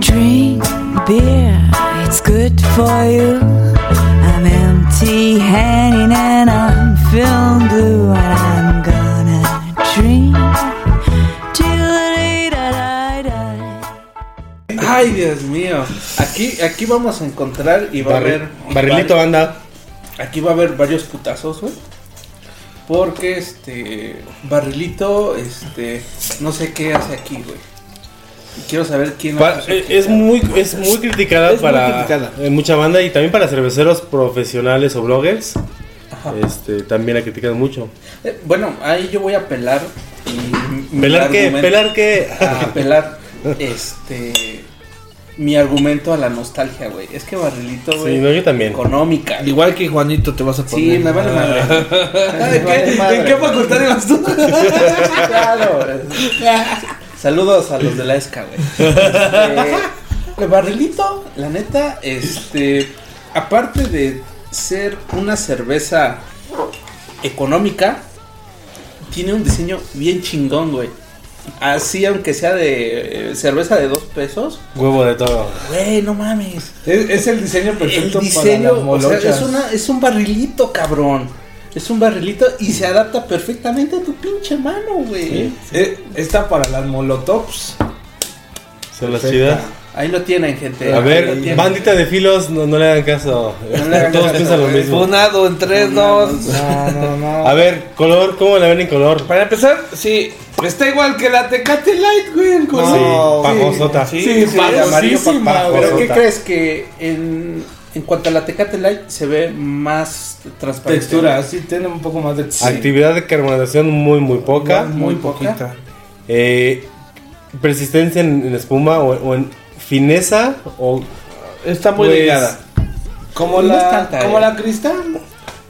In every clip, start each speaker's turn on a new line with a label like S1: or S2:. S1: Drink beer, it's good for you. I'm empty handed and I'm feeling blue, and I'm gonna drink. Till
S2: Ay, Dios mío. Aquí, aquí vamos a encontrar y va a
S3: Barri-
S2: haber.
S3: barrilito anda.
S2: Aquí va a haber varios putazos, güey. Porque este. Barrilito, este. No sé qué hace aquí, güey. Y Quiero saber quién lo puso aquí.
S3: eh, es muy es muy criticada
S2: Es muy
S3: para
S2: criticada.
S3: eh, mucha banda y también para cerveceros profesionales o bloggers. Este también la critican mucho.
S2: Eh, bueno, ahí yo voy a pelar. y mi
S3: Pelar que
S2: argumento-
S3: pelar que
S2: A pelar. Este. Mi argumento a la nostalgia, güey. Es que Barrilito, güey.
S3: Sí, no, yo también.
S2: Económica. güey.
S4: Igual que Juanito te vas a poner.
S2: Sí, me vale madre.
S4: ¿En qué- en qué facultad
S2: ibas tú? claro. Saludos a los de la ESCA, güey. Este, el barrilito, la neta, este. Aparte de ser una cerveza económica, tiene un diseño bien chingón, güey. Así, aunque sea de eh, cerveza de dos pesos,
S3: huevo de todo.
S2: güey, no mames.
S4: Es, es el diseño
S2: El
S4: perfecto
S2: diseño,
S4: para las
S2: o sea,
S4: molochas.
S2: es, una, es un barrilito, cabrón. Es un barrilito y se adapta perfectamente a tu pinche mano, güey.
S4: Eh, Esta para las molotovs.
S3: Son las
S4: Perfecta.
S3: chidas.
S2: Ahí lo tienen, gente.
S3: A
S2: Ahí lo
S3: ver,
S2: tienen.
S3: bandita de filos, no, no le hagan caso.
S2: No le hagan
S3: Todos
S2: caso,
S3: piensan lo
S2: güey.
S3: mismo.
S4: Funado en 3, 2. No, no, no.
S3: A ver, color, ¿cómo la ven en color?
S4: Para empezar, sí, está igual que la Tecate Light, güey, en color.
S3: sí, pajosota.
S2: Sí,
S4: Sí,
S2: sí,
S4: pajosísima,
S2: amarillo pa-
S4: güey.
S2: pajosota. Pero ¿qué
S3: Pajosota.
S2: crees que en, en cuanto a la Tecate Light se ve más transparente?
S4: Textura, sí, tiene un poco más de
S3: Actividad de carbonatación muy muy poca.
S2: Muy poca.
S3: Eh, persistencia en, en espuma o, o en fineza o pues,
S4: Está
S3: muy delgada.
S4: Como
S2: No
S4: la,
S2: es tanta,
S4: como
S2: eh.
S4: la cristal.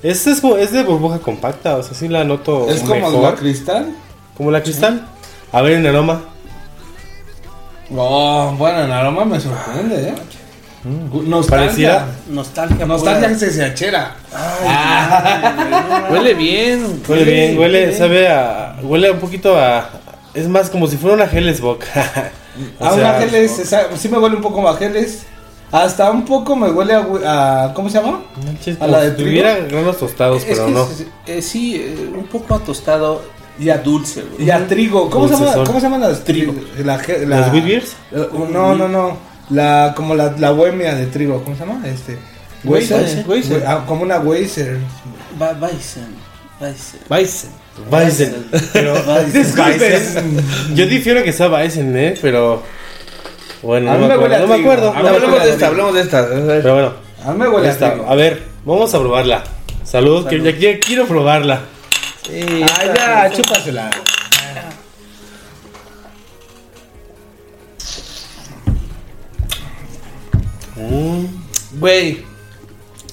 S3: Este Es, es, bu- es de burbuja compacta, o sea, sí la noto.
S4: Es como
S3: mejor.
S4: la cristal.
S3: Como la cristal. A ver en aroma.
S4: Oh, bueno, en aroma me sorprende, eh.
S3: Parecida.
S4: Nostalgia.
S2: Nostalgia. pura.
S4: Nostalgia que se sachera. Huele bien.
S3: Huele bien, huele, sabe a. Huele un poquito a. Es más como si fuera una Hellesbock. O
S4: A un
S3: sea,
S4: Ángeles, esa- sí me huele un poco a Ángeles. Hasta un poco me huele a, hu- a- ¿Cómo se llama?
S3: manches,
S4: a
S3: como
S4: la
S3: si
S4: de trigo.
S3: tuviera granos tostados,
S2: Es
S3: pero
S2: que
S3: no.
S2: es- eh, sí, eh, un poco atostado y a dulce, güey.
S4: Y a trigo. ¿Cómo se, llama,
S3: Dulcezón.
S4: ¿Cómo se llaman las trigo? La, ge- la-
S3: ¿Las wheat beers?
S4: Eh, No, no, no. La, como la, la bohemia de trigo. ¿Cómo se llama? Este.
S2: Weiser.
S4: Weiser.
S2: Weiser.
S4: We- ah, como una Weiser.
S2: Va- Weizen, Weizen.
S4: Weiser.
S3: Weizen. Pero. Yo difiero que sea Weizen, eh, pero. Bueno,
S4: A
S3: no
S4: mí
S3: me
S4: me huele
S3: acuerdo. No me acuerdo. no
S4: a trigo. A mí
S3: me
S4: me huele
S3: acuerdo.
S4: a trigo.
S2: de esta.
S3: Pero bueno,
S4: A mí me huele
S3: ya
S4: a
S3: está.
S4: trigo.
S3: A ver, vamos a probarla. Salud, que ya, ya quiero probarla.
S4: Ay, Ah, ya, chúpasela. Güey,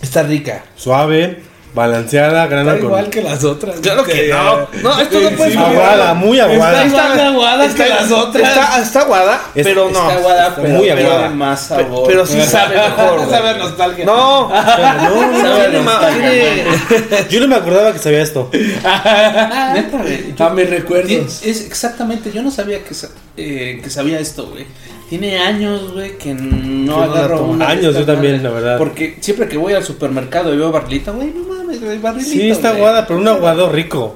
S4: está rica.
S3: Suave, balanceada, grana
S4: Está
S3: con.
S4: igual Pues, que las otras.
S2: Claro que no.
S4: No, esto no puedes
S3: aguada, muy aguada.
S4: más aguada que las otras. Está, está aguada,
S3: Es-
S4: pero no.
S2: Está aguada, pero
S3: muy
S2: tiene
S3: aguada.
S2: más
S4: Pe-
S2: sabor.
S4: Pero sí sabe mejor. güey.
S2: Sabe a nostalgia.
S4: No,
S3: No, no,
S4: sabe
S3: no,
S4: ma- tiene-
S3: Yo no me acordaba que sabía esto.
S2: Ah, Neta, güey.
S4: A mis
S2: Tien-
S4: recuerdos.
S2: Es exactamente, yo no sabía que, sa- eh, que sabía esto, güey. Tiene años, güey, que no
S4: la
S2: agarro
S4: tomo.
S2: una de
S3: Años,
S2: estas
S3: yo también,
S2: madres.
S3: la verdad.
S2: Porque siempre que voy al supermercado y veo barrilita, güey, no mames, güey, barrilita.
S3: Sí, está
S2: güey.
S3: aguada, pero un aguado rico.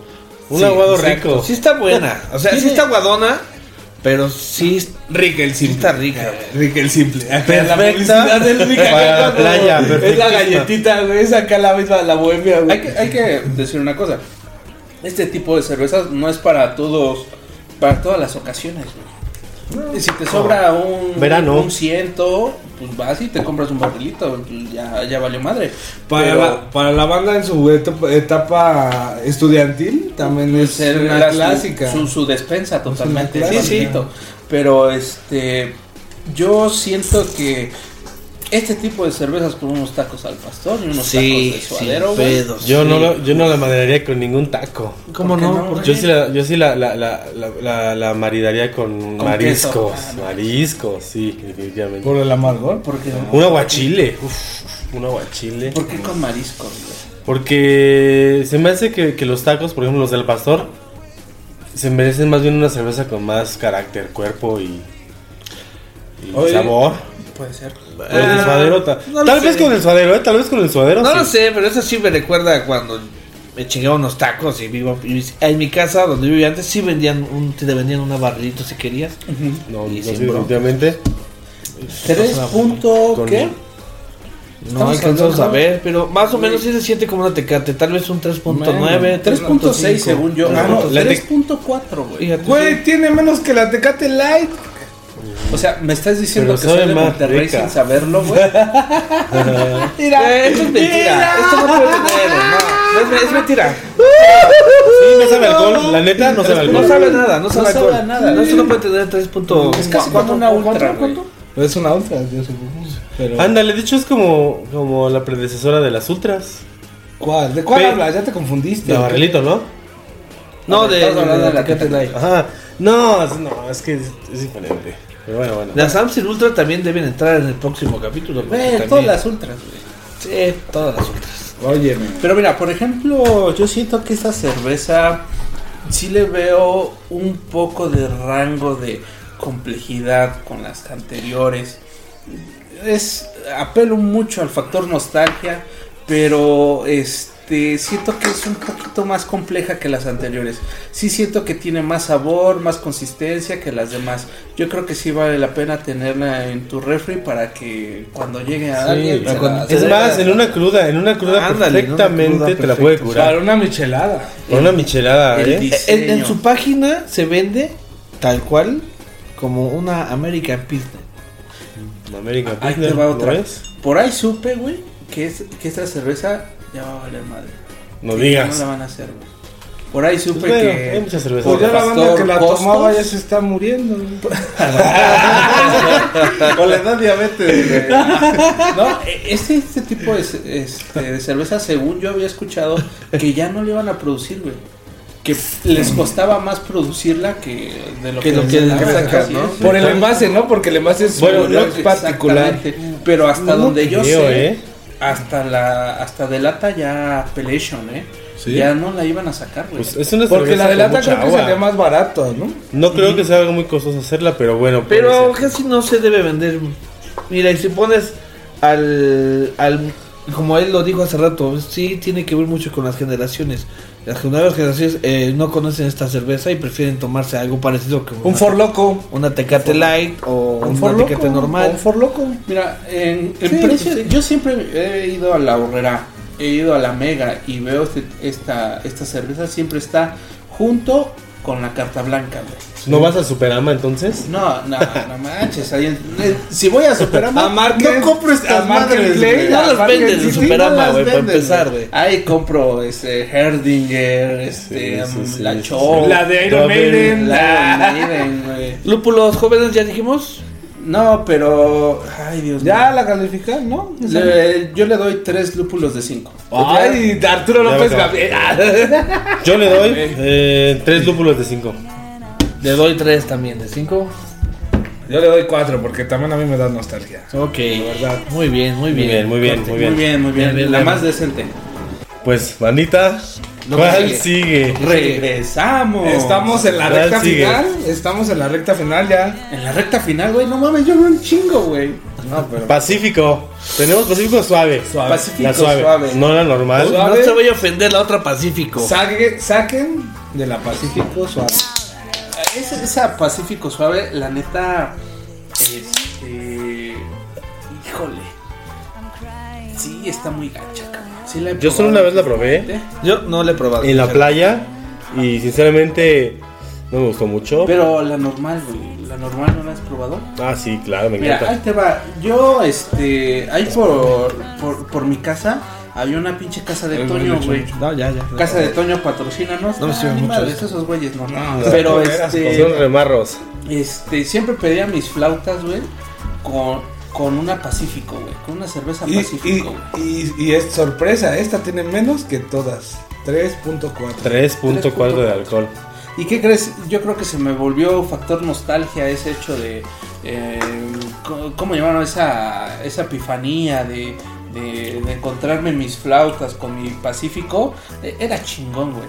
S3: Un aguado
S4: exacto.
S3: rico.
S4: Sí está buena. O sea, sí
S2: Tiene-
S4: está aguadona, pero sí es rica el simple. eh, está rica, güey. Rica el simple. Ah,
S3: Perfecta para la playa,
S4: Es la
S3: perfectísima.
S4: galletita, güey. Es acá la misma, la bohemia,
S2: Hay
S4: güey.
S2: que, hay que decir una cosa. Este tipo de cervezas no es para todos, para todas las ocasiones, güey. Si te sobra un,
S3: Verano.
S2: un ciento, pues vas y te compras un barrilito. pues Ya, ya valió madre.
S4: Para,
S2: Pero
S4: la, para la banda en su etapa, etapa estudiantil también es
S2: Pues ser
S4: la clásica.
S2: Su, su despensa totalmente.
S4: clásica.
S2: Sí, sí. Pero este. Yo siento que este tipo de cervezas con unos tacos al pastor y unos tacos de suadero, güey.
S3: Yo, no lo- yo no la madrearía con ningún taco.
S2: ¿Cómo no? ¿Por
S3: Yo sí la, yo sí la, la, la, la, la- la maridaría con,
S2: Con
S3: mariscos.
S2: queso. Ah, no.
S3: Mariscos, sí, definitivamente.
S4: Por el amargor.
S2: Porque,
S3: Un aguachile. Uf, un aguachile.
S2: ¿Por qué con mariscos, güey?
S3: Porque se me hace que, que los tacos, por ejemplo los del pastor, se merecen más bien una cerveza con más carácter, cuerpo y, y
S4: Oye.
S3: sabor.
S2: Puede ser.
S3: Los del suadero, ta-
S5: Ah, no lo
S3: tal
S5: sé.
S3: vez con el suadero, ¿eh? tal vez con el suadero.
S5: No
S3: sí.
S5: lo sé, pero eso sí me recuerda a cuando me chingué unos tacos y vivo y "Ah, en mi casa donde vivía antes sí vendían un, te vendían una barrilito si querías.
S3: No,
S5: Y
S3: no,
S5: sin
S3: sí,
S5: bronca.
S3: definitivamente.
S2: Tres punto,
S3: Con-
S2: ¿qué?
S5: No
S2: Estamos
S5: alcanzamos a
S2: hablando-
S5: ver, pero más o menos sí se siente como una tecate, tal vez un 3.9,
S2: 3.6 según yo. Ah, no,
S3: La tec-
S2: 3.4, güey.
S5: Fíjate,
S4: Güey, Eh, tiene menos que la Tecate Light.
S2: O sea, me estás diciendo
S3: Pero
S2: que soy
S3: sabe
S2: de
S3: más
S2: Monterrey
S3: rica.
S2: sin saberlo, güey.
S5: Eh, esto es mentira. Esto no puede tener. No, no es, es mentira.
S3: Sí, no sabe alcohol, la neta no sabe
S5: Uh, No
S3: alcohol.
S5: sabe nada. No
S2: No sabe
S5: sabe, alcohol.
S2: nada.
S5: No, esto no puede tener 3. punto-
S2: Es casi como una ultra, güey.
S4: Es una ultra, yo supongo. Pero,
S3: Ándale, de hecho es como, como la predecesora de las ultras.
S4: ¿Cuál? ¿De cuál
S3: Pe-
S4: hablas? Ya te confundiste.
S3: De barrilito, ¿no?
S5: No, de,
S2: Estamos hablando de la
S5: Tecate Light.
S3: Ajá. No, es- no, es que es, es diferente. Pero bueno, bueno.
S5: Las Amstel Ultra también deben entrar en el próximo capítulo. porque
S2: Güey,
S5: también-
S2: todas las ultras, güey.
S5: Sí, todas las Ultras.
S4: Óyeme.
S2: Pero mira, por ejemplo, yo siento que esta cerveza sí le veo un poco de rango de complejidad con las anteriores. Es apelo mucho al factor nostalgia, pero este siento que es un poquito más compleja que las anteriores. Sí siento que tiene más sabor, más consistencia que las demás. Yo creo que sí vale la pena tenerla en tu refri para que cuando llegue a alguien se la-
S3: Sí,
S2: se
S3: es
S2: la-
S3: más, en una cruda, en una cruda
S5: Ándale, en una
S3: perfectamente
S5: cruda
S3: te la puede
S5: perfecta.
S3: curar.
S4: Para una michelada.
S3: Con una michelada,
S2: el
S3: ¿eh?
S2: dis-
S5: En- En,
S2: diseño.
S5: su página se vende tal cual como una American
S3: Eh,
S5: Pilsner.
S3: American
S2: Ahí
S3: Pilsner,
S2: te va
S3: ¿no
S2: otra.
S3: ves?
S2: Por ahí supe, güey, que, es, que esta cerveza ya va a valer madre.
S3: No
S2: Que
S3: digas.
S2: No la van a hacer, güey. Por ahí supe
S3: Pues bueno,
S2: que.
S3: hay muchas cervezas.
S4: Pues ya la
S2: Pastor
S4: banda que la
S2: Costos.
S4: tomaba ya se está muriendo.
S2: O le da diabetes. no, e- este, este tipo de, ce- este, de cerveza, según yo había escuchado, que ya no le iban a producir, güey. Que les costaba más producirla que de lo que,
S5: Que lo que
S2: la
S5: sacan,
S2: sacan,
S5: ¿no?
S2: Así es.
S4: Por el envase, ¿no? Porque el envase es
S3: Bueno,
S4: no
S3: no,
S4: es particular.
S2: Exactamente. Pero hasta
S3: No
S2: donde yo
S3: creo,
S2: sé,
S3: ¿eh?
S2: hasta la hasta delata ya Appellation, ¿eh. Ya no la iban a sacar, güey.
S3: Pues es una
S4: Porque la
S3: cerveza
S4: de
S3: con
S4: lata
S3: mucha
S4: creo que
S3: agua.
S4: salía más barato, ¿no?
S3: No creo que sea algo muy costoso hacerla, pero bueno.
S5: Pero
S3: puede ser.
S5: casi no se debe vender. Mira, y si pones al, al. Como él lo dijo hace rato, sí tiene que ver mucho con las generaciones. Las nuevas generaciones eh, no conocen esta cerveza y prefieren tomarse algo parecido como
S4: Un
S5: una-
S4: forloco.
S5: Una tecate light o
S4: Un
S5: una
S4: forloco.
S5: tecate normal.
S4: Un forloco.
S2: Mira, en, en
S5: Sí,
S2: precio,
S5: sí.
S2: yo siempre he ido a la horrera, he ido a la mega y veo este- esta, esta cerveza siempre está junto con la carta blanca, güey.
S3: ¿No vas al Superama entonces?
S2: No, no, no manches. ahí en- eh, si voy a
S3: Ah,
S2: Superama,
S4: A Market-
S2: no compro
S4: a
S2: estas
S4: Market
S2: madres.
S4: Place,
S2: güey.
S5: No las
S4: Aparte,
S5: venden
S4: sí,
S5: en
S4: sí,
S5: Superama,
S4: no las
S5: güey, para
S4: venden,
S5: empezar, güey.
S2: Ahí compro este Herdinger, este,
S3: Sí, sí,
S2: mm,
S3: sí,
S2: la
S3: sí,
S2: Chow,
S3: sí.
S4: La de Iron
S3: Double.
S4: Maiden.
S2: la
S4: La...
S2: Maiden, güey.
S5: Lúpulos jóvenes, ya dijimos.
S2: No, pero ay, Dios
S4: Ya
S2: mío.
S4: la califican, ¿no?
S2: Le- eh, yo le doy tres lúpulos de cinco.
S4: Ay, Arturo
S3: Ya
S4: López
S3: me acabo.
S2: eh,
S4: Gabriel.
S2: ah.
S3: Yo le doy eh, tres lúpulos de cinco.
S5: Le doy tres también, de cinco.
S4: Yo le doy cuatro porque también a mí me da nostalgia.
S5: Ok. Muy bien,
S3: Muy
S5: muy
S3: bien,
S5: bien.
S3: muy bien, muy bien.
S2: Muy bien, muy bien.
S5: Bien, bien,
S2: la
S5: bien.
S2: más decente.
S3: Pues, bandita,
S5: Lo que
S3: ¿cuál sigue?
S5: sigue.
S2: Regresamos.
S4: Estamos en la
S3: ¿Cuál
S4: recta
S3: sigue?
S4: final. Estamos en la recta final ya.
S2: en la recta final, güey. No mames, yo veo un chingo, güey.
S4: No, pero.
S3: Pacífico. Tenemos Pacífico suave.
S4: Suave.
S2: Pacífico
S3: La suave.
S2: suave.
S3: No la normal.
S4: Suave.
S5: No se vaya a ofender la otra Pacífico.
S4: Saque- saquen de la Pacífico suave.
S2: Es- esa Pacífico suave, la neta. Este. Híjole. Sí, está muy gacha, cabrón. Sí la he
S3: Yo
S2: probado.
S3: solo una vez la probé
S5: Yo no le he probado.
S3: en la playa y sinceramente no me gustó mucho.
S2: Pero la normal, güey. La normal no la has probado.
S3: Ah, sí, claro, me
S2: Mira, ahí
S3: encanta.
S2: te va. Yo, este, ahí por, por, por mi casa había una pinche casa de Toño, güey.
S5: No, ya, ya.
S2: Casa de Toño, patrocínanos. Ah,
S5: No me sirve
S2: ni
S5: mucho
S2: madres,
S5: esto.
S2: esos güeyes no. Pero
S3: Son
S2: este,
S3: remarros.
S2: este, siempre pedía mis flautas, güey, con, con una Pacífico, güey. Con una cerveza
S4: Y, y,
S2: Pacífico, güey.
S4: y, y es sorpresa, esta tiene menos que todas. 3.4.
S3: 3.4 de alcohol.
S2: ¿Y qué crees? Yo creo que se me volvió factor nostalgia ese hecho de. eh, co- ¿Cómo llamaron esa, esa epifanía de, de- de encontrarme mis flautas con mi Pacífico? Eh, Era chingón, güey.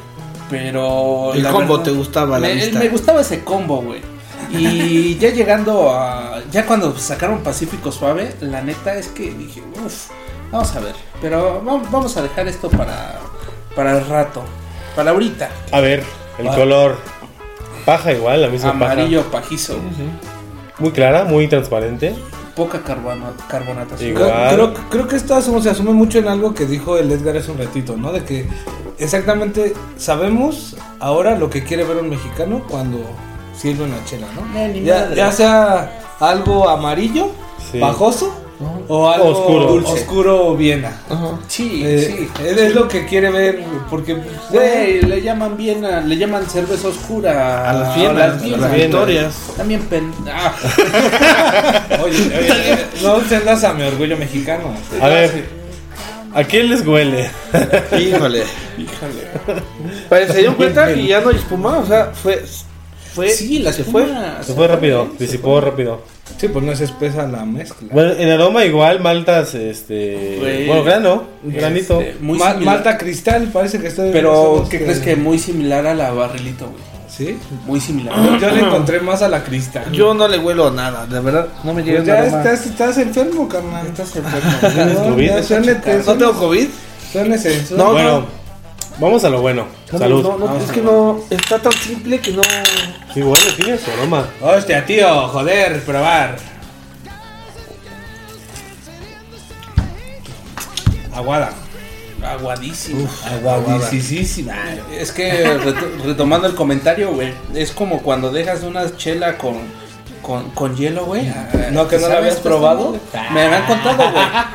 S2: Pero.
S5: El
S2: la
S5: combo
S2: verdad,
S5: te gustaba, la
S2: me,
S5: amistad.
S2: me gustaba ese combo, güey. Y ya llegando a. Ya cuando sacaron Pacífico Suave, la neta es que dije, uff, vamos a ver. Pero va- vamos a dejar esto para. Para el rato. Para ahorita.
S3: A ver, el color. Paja igual, la misma
S2: Amarillo pajizo.
S3: paja. Muy clara, muy transparente.
S2: Poca carbono- carbonatación.
S3: Igual.
S4: Creo, creo que esto se asume mucho en algo que dijo el Edgar hace un ratito, ¿no? De que exactamente sabemos ahora lo que quiere ver un mexicano cuando sirve una chela,
S2: No, ni
S4: ¿no? Ya,
S2: madre.
S4: ya sea algo amarillo,
S3: Sí.
S4: pajoso o algo
S3: Oscuro.
S4: oscuro,
S3: Dulce.
S4: oscuro viena.
S2: Sí,
S4: Eh,
S2: sí.
S4: es, es lo que quiere ver porque pues,
S2: Güey, le llaman bien a- le llaman cerveza oscura
S5: A las fienas,
S2: a las
S5: a
S2: fienas.
S5: las victorias.
S2: También pen- ah,
S4: Oye, oye, eh, no se andas a mi orgullo mexicano.
S3: A ver, ¿a quién les huele?
S5: Híjole. Híjole. Se dio cuenta y ya no hay espuma, o sea, fue. fue
S2: sí, las
S5: se
S2: que
S5: fue.
S3: Se fue rápido, disipó rápido.
S4: Sí, pues no es espesa la mezcla.
S3: Bueno, en aroma igual, maltas, este...
S2: Güey.
S3: Bueno, grano, granito.
S2: Muy
S4: Ma-
S2: similar.
S4: Malta cristal, parece que estoy.
S2: pero
S4: esos,
S2: ¿qué
S4: eh,
S2: crees que muy similar a la barrilito, güey?
S4: Sí. Ah,
S2: Muy similar.
S4: Yo le encontré más a la cristal.
S5: Yo no le huelo nada, de verdad. No me llega
S4: Pues ya
S5: nada.
S4: estás, estás enfermo, carnal.
S2: Estás enfermo.
S3: ¿Tienes
S4: No,
S3: COVID?
S4: ya suélete,
S5: ¿No tengo COVID?
S4: suélete, suélete.
S5: No,
S3: bueno, vamos a lo bueno.
S5: No,
S3: Salud.
S5: No, no, es que no. Está tan simple que no.
S3: Sí, bueno, tiene su aroma.
S4: Hostia, tío, joder, probar. Aguada.
S2: Aguadísimo.
S4: Aguadisísima.
S2: Es que reto- retomando el comentario, güey, es como cuando dejas una chela con con, con hielo, güey.
S4: No, que no la
S2: ¿Sabes?
S4: habías probado.
S2: Me habían contado, güey.
S4: Ah.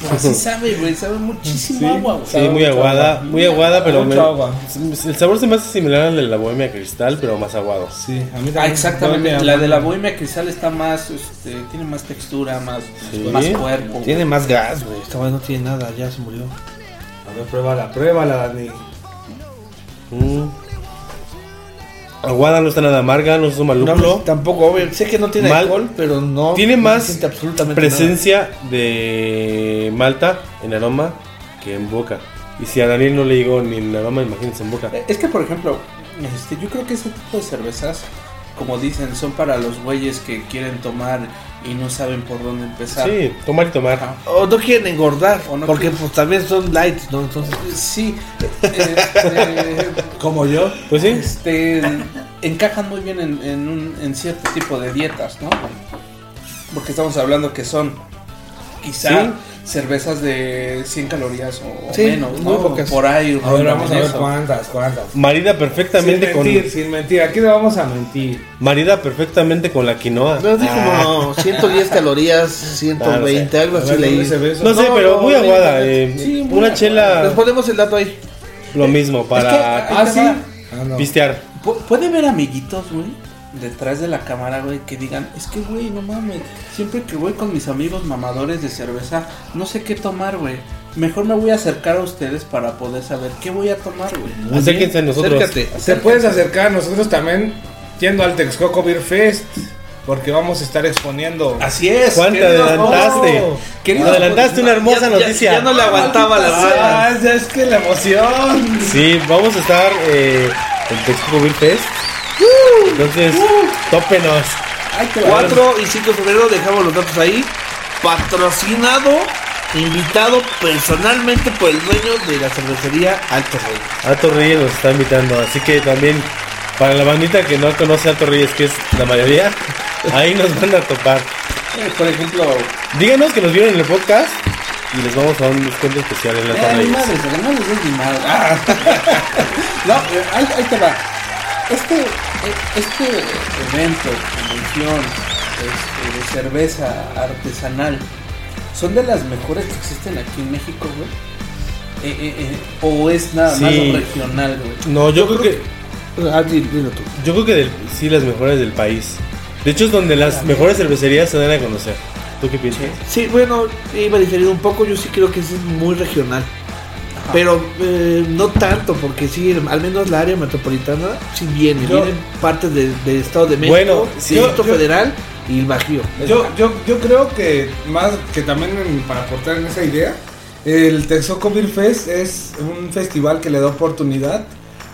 S2: Pero Así sabe, güey, sabe muchísimo agua, güey.
S3: Sí, muy aguada, muy aguada, pero
S4: Mucha
S3: me-
S4: agua.
S3: el sabor se me hace similar al de la bohemia cristal, pero más aguado.
S4: Sí, a mí también.
S2: Ah, exactamente.
S4: No me
S2: La
S4: llama.
S2: de la bohemia cristal está más, este, tiene más textura, más,
S3: Sí.
S2: más cuerpo. güey.
S5: más gas, güey. Esta madre no tiene nada, ya se murió.
S4: A ver, pruébala, pruébala, Dani.
S3: Mm. Aguada no está nada amarga, no suma
S5: No,
S3: lúpulo.
S5: Pues, tampoco, obvio. Sé que no tiene
S3: Mal-
S5: alcohol, pero no.
S3: Tiene
S5: no
S3: más
S5: se siente absolutamente
S3: presencia de malta en aroma que en boca. Y si a Daniel no le digo ni en aroma, imagínense en boca.
S5: Eh,
S2: Es que, por ejemplo, este, yo creo que ese tipo de cervezas, como dicen, son para los güeyes que quieren tomar y no saben por dónde empezar.
S3: Sí, tomar y tomar.
S2: Ajá.
S5: nada. O no quieren engordar,
S2: O no
S5: porque
S2: quieren-
S5: pues también son lights, ¿no? Entonces.
S2: Sí, este,
S4: Como yo.
S3: Pues sí,
S2: este, encajan muy bien en, en un- en cierto tipo de dietas, ¿no? Porque estamos hablando que son quizá
S3: Sí.
S2: cervezas de 100 calorías o, o
S5: Sí,
S2: menos,
S5: muy
S2: ¿no?
S5: pocas.
S2: Por ahí.
S4: A ver,
S2: rondan
S4: vamos a ver
S2: eso.
S4: cuántas, cuántas.
S3: marida
S4: Sin
S3: perfectamente con
S4: mentir, sin mentir. Aquí no vamos a mentir.
S3: marida perfectamente con la quinoa.
S5: No, dijo
S4: Ah.
S5: como 110 calorías, 120, algo
S4: A
S5: así
S4: ver,
S5: leí.
S4: ¿dónde se ve eso?
S3: No sé,
S5: No,
S3: pero
S5: no,
S3: muy
S5: no,
S3: aguada.
S5: no,
S3: eh,
S2: sí, muy
S3: una chela,
S5: Les ponemos el dato ahí.
S3: lo mismo, para
S2: Ah, sí.
S4: Ah, no.
S3: pistear.
S2: Pu- Puede ver amiguitos, güey, detrás de la cámara, güey, que digan, es que, güey, no mames, siempre que voy con mis amigos mamadores de cerveza, no sé qué tomar, güey. Mejor me voy a acercar a ustedes para poder saber qué voy a tomar, güey.
S3: Acérquense a nosotros.
S5: Acércate.
S4: Te puedes acercar a nosotros también yendo al Texcoco Beer Fest. Porque vamos a estar exponiendo.
S2: Así es.
S3: Juan, te
S2: queridos-
S3: adelantaste.
S2: Oh, queridos-
S3: adelantaste una hermosa
S5: Ya- ya-
S3: noticia.
S5: Ya, no le aguantaba la
S4: Ah,
S5: sala.
S4: es- es que la emoción.
S3: Sí, vamos a estar eh, en Texcoco Beer Fest. Entonces, tópenos.
S2: Ay, te va.
S5: 4 y 5 de febrero dejamos los datos ahí. Patrocinado, invitado personalmente por el dueño de la cervecería Alto Rey.
S3: Alto Reyes nos está invitando, así que también para la bandita que no conoce a Alto Reyes, que es la mayoría, ahí nos van a topar.
S2: Eh, Por ejemplo,
S3: Díganos que nos vieron en el podcast y les vamos a dar un descuento especial en Alto
S2: eh, mi
S3: Reyes.
S2: madre, mi madre es mi madre. Ah. No, eh, ahí, ahí te va. Este, e- este evento, convención este, de cerveza artesanal, son de las mejores que existen aquí en México, güey. Eh, eh, eh, o es nada más
S3: Sí.
S2: regional, güey.
S3: No, yo, creo, que,
S5: Ah, di- dilo tú.
S3: yo creo que del- sí las mejores del país. De hecho es donde las mejores cervecerías se dan a conocer. ¿Tú qué piensas?
S5: Sí, bueno, iba a diferir un poco, yo sí creo que sí es muy regional. Pero eh, no tanto, porque sí, al menos la área metropolitana sí viene,
S4: Yo-
S5: vienen partes de- del Estado de México,
S3: Bueno, sí.
S5: Distrito
S4: Yo- yo-
S5: Federal y el Bajío.
S4: Yo, yo, yo creo que más que también en- para aportar en esa idea, el Texcoco Beer Fest es un festival que le da oportunidad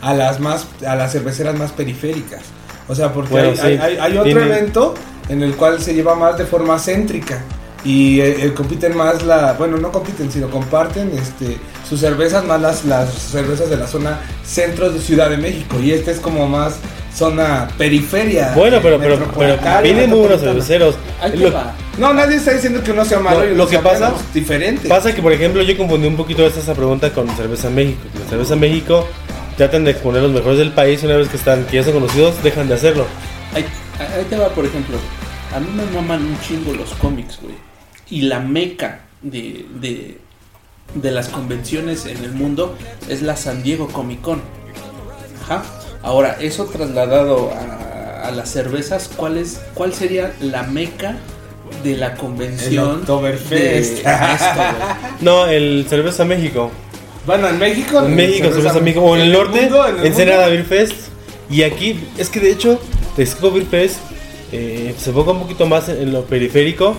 S4: a las más a las cerveceras más periféricas. O sea, porque
S3: Bueno,
S4: hay,
S3: sí,
S4: hay- hay- hay otro
S3: tiene-
S4: evento en el cual se lleva más de forma céntrica y eh, eh, compiten más la, bueno, no compiten, sino comparten este sus cervezas más las, las cervezas de la zona centro de Ciudad de México y este es como más zona periferia.
S3: Bueno,
S4: eh,
S3: pero, pero, pero
S4: metropolitana,
S3: vienen muy buenos
S4: metropolitana.
S3: cerveceros.
S2: Ahí te
S3: Lo-
S2: va.
S4: No, nadie está diciendo que no sea malo.
S3: Lo-
S4: y
S3: lo que
S4: sea
S3: pasa-
S4: bueno, es diferente.
S3: Pasa que, por ejemplo, yo confundí un poquito esta esa pregunta con Cerveza México. que En Cerveza México tratan de exponer los mejores del país y una vez que están que ya son conocidos, dejan de hacerlo.
S2: Ahí, ahí te va, por ejemplo. A mí me maman un chingo los cómics, güey. Y la meca de, de, de las convenciones en el mundo es la San Diego Comic Con. Ajá. Ahora, eso trasladado a, a las cervezas, ¿cuál, es, ¿cuál sería la meca de la convención?
S4: El Oktoberfest.
S2: de esto, güey?
S3: No, el Cerveza México.
S4: Bueno, en México.
S3: En México, Cerveza México. O en el norte,
S4: mundo, en el
S3: Ensenada
S4: mundo.
S3: Beer Fest. Y aquí, es que de hecho, Texcoco Beer Fest eh, se enfoca un poquito más en, en lo periférico.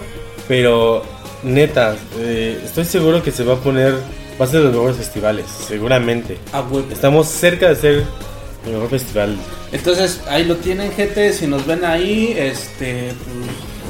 S3: Pero, neta, eh, estoy seguro que se va a poner. Va a ser de los mejores festivales, seguramente.
S2: A huevo.
S3: Estamos cerca de ser el mejor festival
S2: Entonces, ahí lo tienen, gente. Si nos ven ahí, este.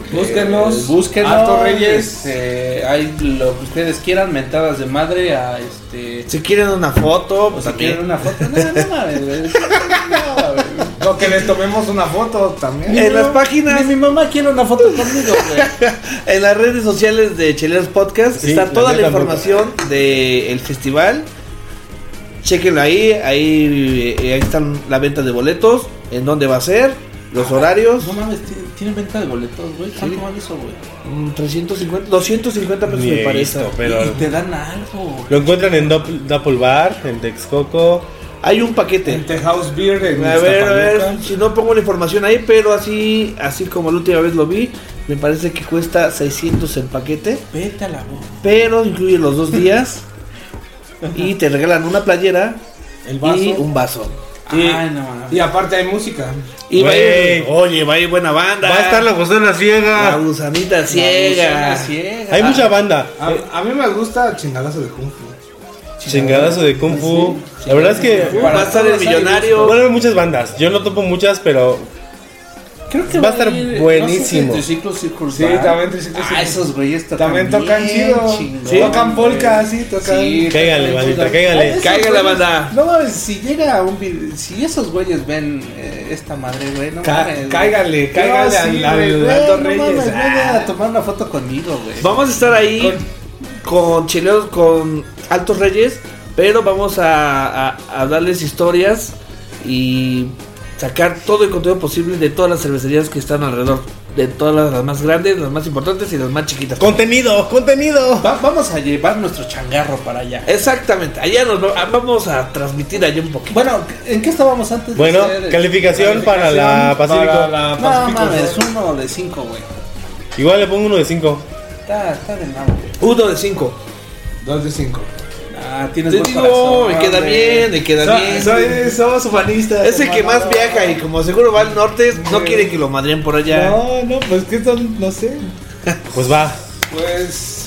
S2: pues,
S4: Búsquenos.
S2: eh, búsquenos.
S4: Alto Reyes.
S2: este, hay lo que ustedes quieran, mentadas de madre a este.
S5: Si quieren una foto,
S2: O
S5: pues
S2: si
S5: también.
S2: quieren una foto. No, no mames, güey. No, güey.
S4: No, que les tomemos una foto también.
S5: En las páginas,
S2: Ni mi mamá quiere una foto conmigo, güey.
S5: en las redes sociales de Cheleros Podcast
S3: Sí,
S5: está
S3: la
S5: toda la
S3: neta,
S5: información del festival. Chequenlo ahí, ahí, eh, ahí están la venta de boletos, en dónde va a ser, los horarios.
S2: No mames, ti- tienen venta de boletos, güey. ¿Cuánto vale eso, güey?
S5: Mm, 350, 250 pesos
S3: Ni
S5: Pues me
S3: he
S5: parece.
S3: visto, pero-
S2: Y te dan algo.
S3: Lo encuentran en Dopp- Dapple Bar, en Texcoco.
S5: Hay un paquete.
S4: En The House Beer. En
S5: A ver, a ver,
S4: Iztapaluca.
S5: si no pongo la información ahí, pero así, así como la última vez lo vi, me parece que cuesta 600 el paquete,
S2: Vete a la voz.
S5: pero incluye los dos días y te regalan una playera
S4: El vaso.
S5: y un vaso.
S2: Ay, no mames.
S4: Y aparte hay música.
S5: Y va a ir-
S3: Güey.
S5: oye, va a ir buena banda.
S3: Va a estar la Gusana
S5: La
S3: Ciega.
S5: gusanita
S2: La
S5: ciega.
S2: gusana ciega.
S3: Hay mucha banda.
S4: A, a mí me gusta chingadazo de Kung Fu.
S3: Chingadazo de Kung Fu. La verdad es que
S5: Va a estar el
S2: todos hay
S5: millonario.
S3: van a haber muchas bandas. Yo no topo muchas, pero
S2: Creo que
S3: Va a estar buenísimo.
S2: No sé si Triciclo Circus
S4: Sí,
S2: Band.
S4: también Triciclo
S2: Ah,
S4: Circus.
S2: esos güeyes tocan
S4: También tocan
S2: bien
S4: chido.
S2: chingón,
S4: Sí, tocan
S2: güey.
S4: polka, sí, tocan-
S3: Cáigale,
S2: tocan
S3: bandita,
S2: chido.
S3: cáigale.
S2: Ah, esos
S5: Cáigale,
S2: güeyes-
S5: banda.
S2: No mames, si llega un video, si esos güeyes ven eh, esta madre, güey, no
S4: Ca-
S2: mames. güey.
S4: cáigale,
S2: No,
S4: cáigale
S2: sí,
S4: al- al
S2: güey, güey,
S4: Aldo
S2: no
S4: Reyes.
S2: mames,
S4: Ah.
S2: vayan a tomar una foto conmigo, güey.
S5: Vamos a estar ahí con, chileos, con Altos Reyes, pero vamos a, a- a darles historias y sacar todo el contenido posible de todas las cervecerías que están alrededor. De todas las, las más grandes, las más importantes y las más chiquitas.
S3: contenido, contenido.
S2: Va- vamos a llevar nuestro changarro para allá.
S5: Exactamente, allá nos va- vamos a transmitir allá un poquito.
S2: Bueno, ¿en qué estábamos antes? de
S3: Bueno,
S2: hacer-
S3: calificación para la Pacífico.
S4: Para la
S2: No
S4: Pacífico.
S2: mames, uno de cinco, güey.
S3: Igual le pongo uno de cinco.
S2: Está, está de nabo, güey.
S5: Uno de cinco.
S4: Dos de cinco.
S2: Ah, tienes
S5: Te
S2: buen
S5: digo,
S2: corazón,
S5: me queda
S2: güey.
S5: bien, me queda
S4: Soy,
S5: bien.
S4: soy- somos humanistas.
S5: es el que más viaja y como seguro va al norte, no quiere que lo madreen por allá.
S3: Ah,
S4: No, no, pues que son, no sé.
S3: Pues va,
S4: Pues.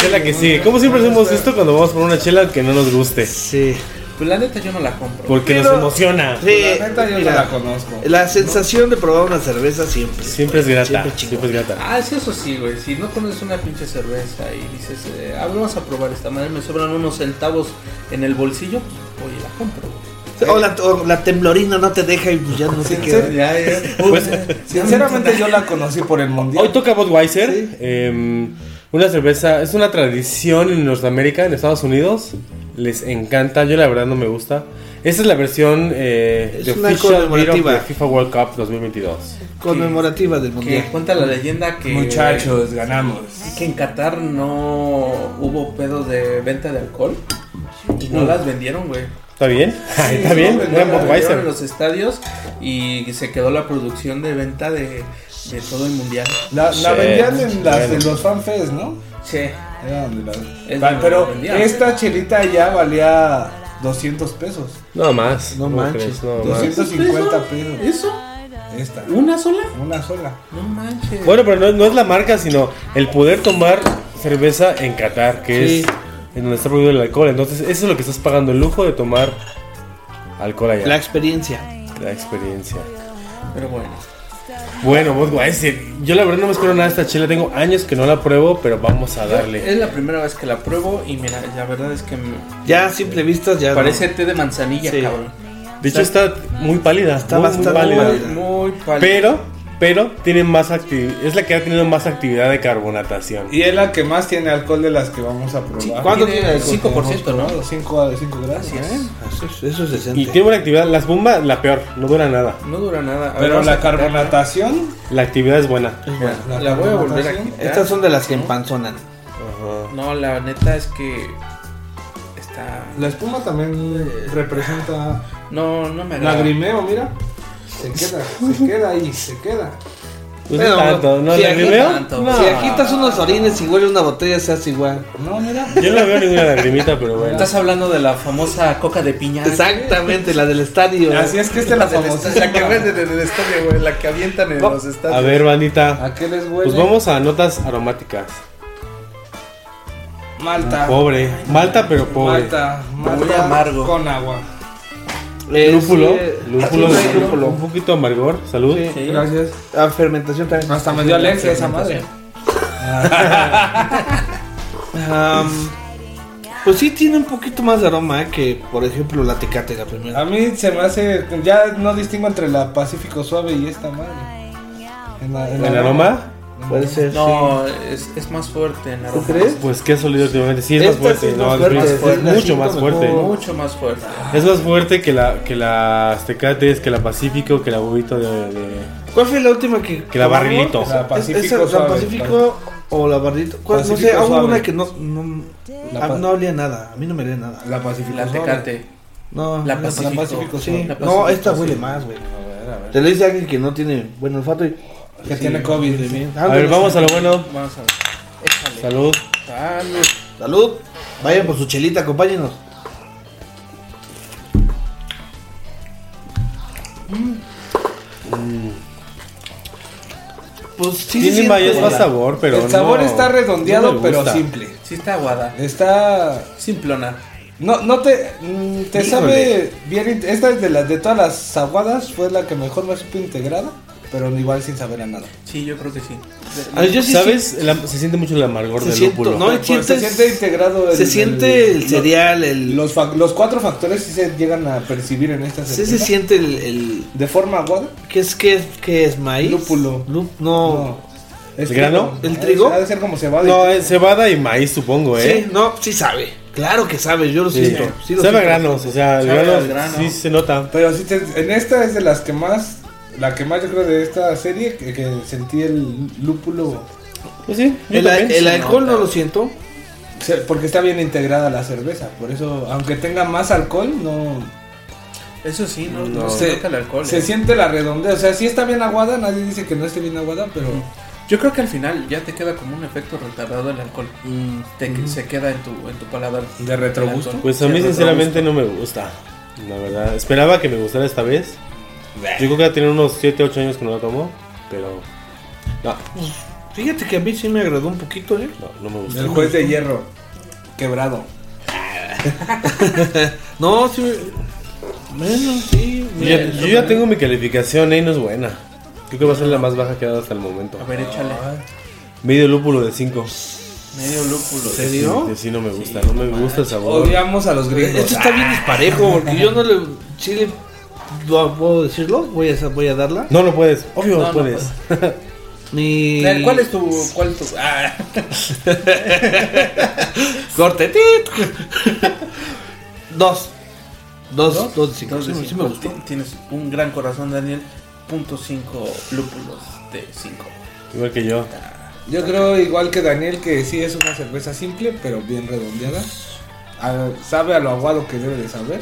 S3: chela que sigue. Como siempre hacemos esto cuando vamos por una chela que no nos guste.
S5: Sí.
S2: Pues la neta yo no la compro.
S3: Porque nos
S5: Pero-
S3: emociona.
S5: Sí,
S4: Pues La neta yo
S5: mira,
S4: no la conozco.
S5: La sensación de probar una cerveza siempre.
S3: Siempre es grata.
S5: Siempre chingón.
S3: Siempre es grata.
S2: Ah, sí, eso sí, güey. Si no conoces una pinche cerveza y dices, eh, ah, vamos a probar esta madre, me sobran unos centavos en el bolsillo, pues voy y la compro. güey.
S5: O la, o la temblorina no te deja y pues ya no sé qué.
S4: Ya, ya. Sinceramente yo la conocí por el mundial.
S3: Pues, Hoy toca Budweiser. em, una cerveza, es una tradición en Norteamérica, en Estados Unidos. Les encanta, yo la verdad no me gusta. Esta es la versión eh,
S5: Es
S3: de
S5: una
S3: Official Beer of
S5: conmemorativa.
S3: the FIFA World Cup 2022.
S5: Conmemorativa del
S2: Que
S5: mundial.
S2: cuenta la leyenda que.
S4: Muchachos, ganamos.
S2: Que en Qatar no hubo pedo de venta de alcohol. Y no las vendieron, güey.
S3: ¿Está bien? Ah, ¿Está
S2: No, las
S3: bien? Gran
S2: vendieron en
S3: Budweiser.
S2: los estadios y se quedó la producción de venta de, de todo el mundial.
S4: La, la
S3: Sí,
S4: vendían en las
S3: bueno.
S4: de los fanfests, ¿no?
S2: Sí.
S4: Era donde la-
S2: Es
S4: Va,
S2: donde
S4: Pero
S2: la vendían.
S4: esta chelita ya valía 200 pesos.
S3: No más.
S4: No
S3: ¿cómo
S4: manches,
S3: crees? No más.
S4: 200. 150 pesos.
S2: ¿Eso?
S4: Esta.
S2: ¿Una sola?
S4: Una sola.
S2: No manches.
S3: Bueno, pero no, no es la marca, sino el poder tomar cerveza en Qatar, que
S5: Sí.
S3: es en donde está prohibido el alcohol. Entonces, eso es lo que estás pagando, el lujo de tomar alcohol allá.
S5: La
S3: La,
S5: experiencia.
S3: experiencia.
S2: Pero bueno.
S3: Bueno, Budweiser. Yo la verdad no me espero nada de esta chela. Tengo años que no la pruebo, pero vamos a darle.
S2: Es la primera vez que la pruebo y mira, la verdad es que me
S5: Ya a simple vista ya. no.
S2: parece té de manzanilla,
S5: Sí.
S2: cabrón.
S3: De hecho, está muy pálida. Está muy, muy
S5: bastante
S3: pálida.
S5: pálida.
S2: Muy pálido.
S3: Pero, pero, tiene más actividad. Es la que ha tenido más actividad de carbonatación.
S4: Y es la que más tiene alcohol de las que vamos a probar.
S5: Sí, ¿Cuánto tiene
S2: el
S5: alcohol?
S2: 5%, ¿no?
S4: 5 5 grados. ¿eh?
S5: Eso es- Eso es decente.
S3: Y tiene buena actividad. Las bombas, la peor, no dura nada.
S2: No dura nada. A ver,
S4: Pero
S2: vamos
S4: la
S2: a quitarla.
S4: carbonatación.
S3: La actividad es buena.
S2: Mira, La, voy a volver a quitar.
S5: Estas son de las que empanzonan.
S2: No, la neta es que está.
S4: La espuma también representa
S2: No, no
S4: Eh,
S2: me agrada.
S4: lagrimeo, mira. Se queda, se queda ahí, se queda.
S3: Pues
S5: Bueno,
S3: no tanto, ¿no?
S5: si
S3: ¿La
S5: aquí
S3: veo?
S2: tanto,
S3: No.
S5: Si agitas unos orines y huele una botella, se hace igual.
S4: No, mira.
S3: Yo no veo ninguna lagrimita, pero bueno.
S2: Estás hablando de la famosa coca de piña.
S5: Exactamente, la del estadio.
S4: Así es que esta es la
S2: La, del estadio, la que
S4: famosísima.
S2: venden en el estadio, güey. La que avientan en los estadios.
S3: A ver, bandita.
S4: ¿A qué les huele?
S3: Pues vamos a notas aromáticas.
S4: Malta.
S3: Pobre. Malta, pero pobre.
S4: Malta. Malta.
S2: Muy amargo.
S4: Con agua.
S5: Es,
S3: Lúpulo.
S5: eh,
S3: Lúpulo.
S5: sí, sí,
S3: lúpulo. Un poquito amargor. Salud.
S2: Sí.
S4: Gracias.
S5: La Ah, fermentación también.
S4: Hasta me dio alergia esa madre. Ah.
S5: Am, pues sí tiene un poquito más de aroma eh, que, por ejemplo, la Tecate, la
S4: A
S5: primera.
S4: mí se me hace. Ya no distingo entre la Pacífico Suave y esta madre. En la- en la-
S3: ¿El aroma?
S4: Ah,
S5: Puede ser.
S2: No, es, es más fuerte en aroma.
S5: ¿Tú crees?
S3: Pues qué sólido últimamente. Sí, es
S5: Esta
S3: más
S5: sí
S3: fuerte.
S5: es
S3: no,
S5: más
S3: es
S5: fuerte,
S3: más-
S5: es
S3: es
S5: la
S3: mucho
S5: cinco
S3: más
S5: mejor.
S3: fuerte.
S2: Mucho más fuerte.
S3: Es más fuerte que la que las Tecates, que la Pacífico, que la Bobito de, de-
S5: ¿Cuál fue la última que.?
S3: que la
S5: tomamos?
S3: Barrilito.
S4: La
S5: ¿Es-
S4: Pacífico
S5: esa, ¿La
S4: Suave.
S5: Pacífico o la Barrilito? ¿Cuál? no sé,
S4: Pacífico
S5: hubo
S4: Suave.
S5: una que no. No,
S4: La pa-
S5: Ah, no olía nada. A mí no me olía nada.
S4: La Pacífico
S2: La
S4: Suave.
S2: tecate.
S5: No,
S2: La
S5: no,
S2: Pacífico.
S5: sí.
S2: La Pacífico,
S5: no, esta
S2: sí.
S5: huele más, güey. Te lo dice alguien que no tiene buen olfato y.
S4: Que tiene COVID.
S3: A ver, vamos a lo bueno.
S2: Vamos a ver. Échale.
S3: Salud.
S2: Salud.
S5: Salud. Vayan por su chelita, acompáñenos. Pues sí,
S3: Mm. Tiene
S5: siente
S3: mayor
S5: la-
S3: más sabor, pero
S4: el sabor
S3: no-
S4: está redondeado,
S3: no me
S4: pero
S3: gusta.
S4: simple.
S2: Sí está aguada.
S4: Está.
S2: Simplona.
S4: No, no te. mm, Te sabe bien. int- Esta es de las de todas las aguadas. Fue la que mejor me supo integrada. Pero igual sin saber a nada.
S2: Sí, yo creo que sí. De-
S5: Ah, yo sí
S3: ¿Sabes? La- se siente mucho el amargor del
S5: Se
S3: pues,
S5: siento,
S3: lúpulo.
S5: ¿no?
S4: Pero se
S5: sientes-
S4: siente integrado.
S5: siento-
S4: el-
S5: Se siente el
S4: lo-
S5: cereal, el.
S4: Los, fac- los cuatro factores sí se llegan a percibir en esta
S5: sí
S4: cerveza.
S5: se siente el. el-
S4: De forma aguada.
S5: ¿Qué es qué, es- qué es maíz?
S4: Lúpulo.
S5: Lu- no.
S4: No. Es
S3: ¿El grano?
S4: que-
S5: ¿El trigo?
S4: Ha de ser como cebada.
S3: No, eh.
S4: y-
S3: es cebada y maíz, supongo, ¿eh?
S5: Sí, no, sí sabe. Claro que sabe, yo lo
S3: Sí.
S5: siento. sí lo
S3: Sabe a
S5: siento.
S3: granos, o sea, el
S2: Sabe
S3: grano,
S2: al grano.
S3: sí se nota.
S4: Pero sí, te- en esta es de las que más. La que más yo creo de esta serie. Que, que sentí el lúpulo.
S3: Pues sí, yo
S5: El,
S3: también.
S5: el alcohol no lo siento.
S4: se- Porque está bien integrada la cerveza. Por eso, aunque tenga más alcohol, no.
S2: Eso sí, no, no,
S3: No.
S2: se nota el alcohol.
S4: Se
S2: eh.
S4: siente la redondez. O sea, sí está bien aguada. Nadie dice que no esté bien aguada, pero.
S2: Yo creo que al final ya te queda como un efecto retardado el alcohol. Te- Se queda en tu, en tu paladar.
S4: De retrogusto.
S2: El alcohol.
S3: Pues a
S2: Sí,
S3: mí
S2: el
S3: sinceramente no me gusta, la verdad. Esperaba que me gustara esta vez. Yo creo que ya tiene unos 7, 8 años que no la tomo, pero no,
S5: Fíjate que a mí sí me agradó un poquito, ¿eh?
S3: no, no me gusta.
S4: El juez de hierro. Quebrado.
S5: No, sí. me- Bueno, sí.
S3: Yo
S5: me-
S3: ya, yo ya tengo mi calificación, ¿eh? y no es buena. Creo que va a ser la más baja que ha dado hasta el momento.
S2: A ver, échale.
S3: Medio lúpulo de 5.
S2: Medio lúpulo.
S5: ¿Te digo?
S3: Sí, no me gusta, no me gusta el sabor.
S4: Odiamos a los gringos.
S5: Esto está bien disparejo, porque yo no le. Sí le. no ¿Puedo decirlo? Voy a, voy a darla.
S3: No, no puedes, obvio
S2: No, no
S3: no, puedes.
S5: Mi.
S2: Eh, ¿Cuál es tu.? ¿Cuál tu.? Ah,
S5: Corte. tit. Dos. Dos, dos, de cinco.
S2: Dos de
S5: Sí, sí
S2: cinco.
S5: me gustó.
S2: Ti- Tienes un gran corazón, Daniel. Punto cinco lúpulos de cinco.
S3: Igual que yo.
S4: Yo creo igual que Daniel que sí es una cerveza simple, pero bien redondeada. A- sabe a lo aguado que debe de saber,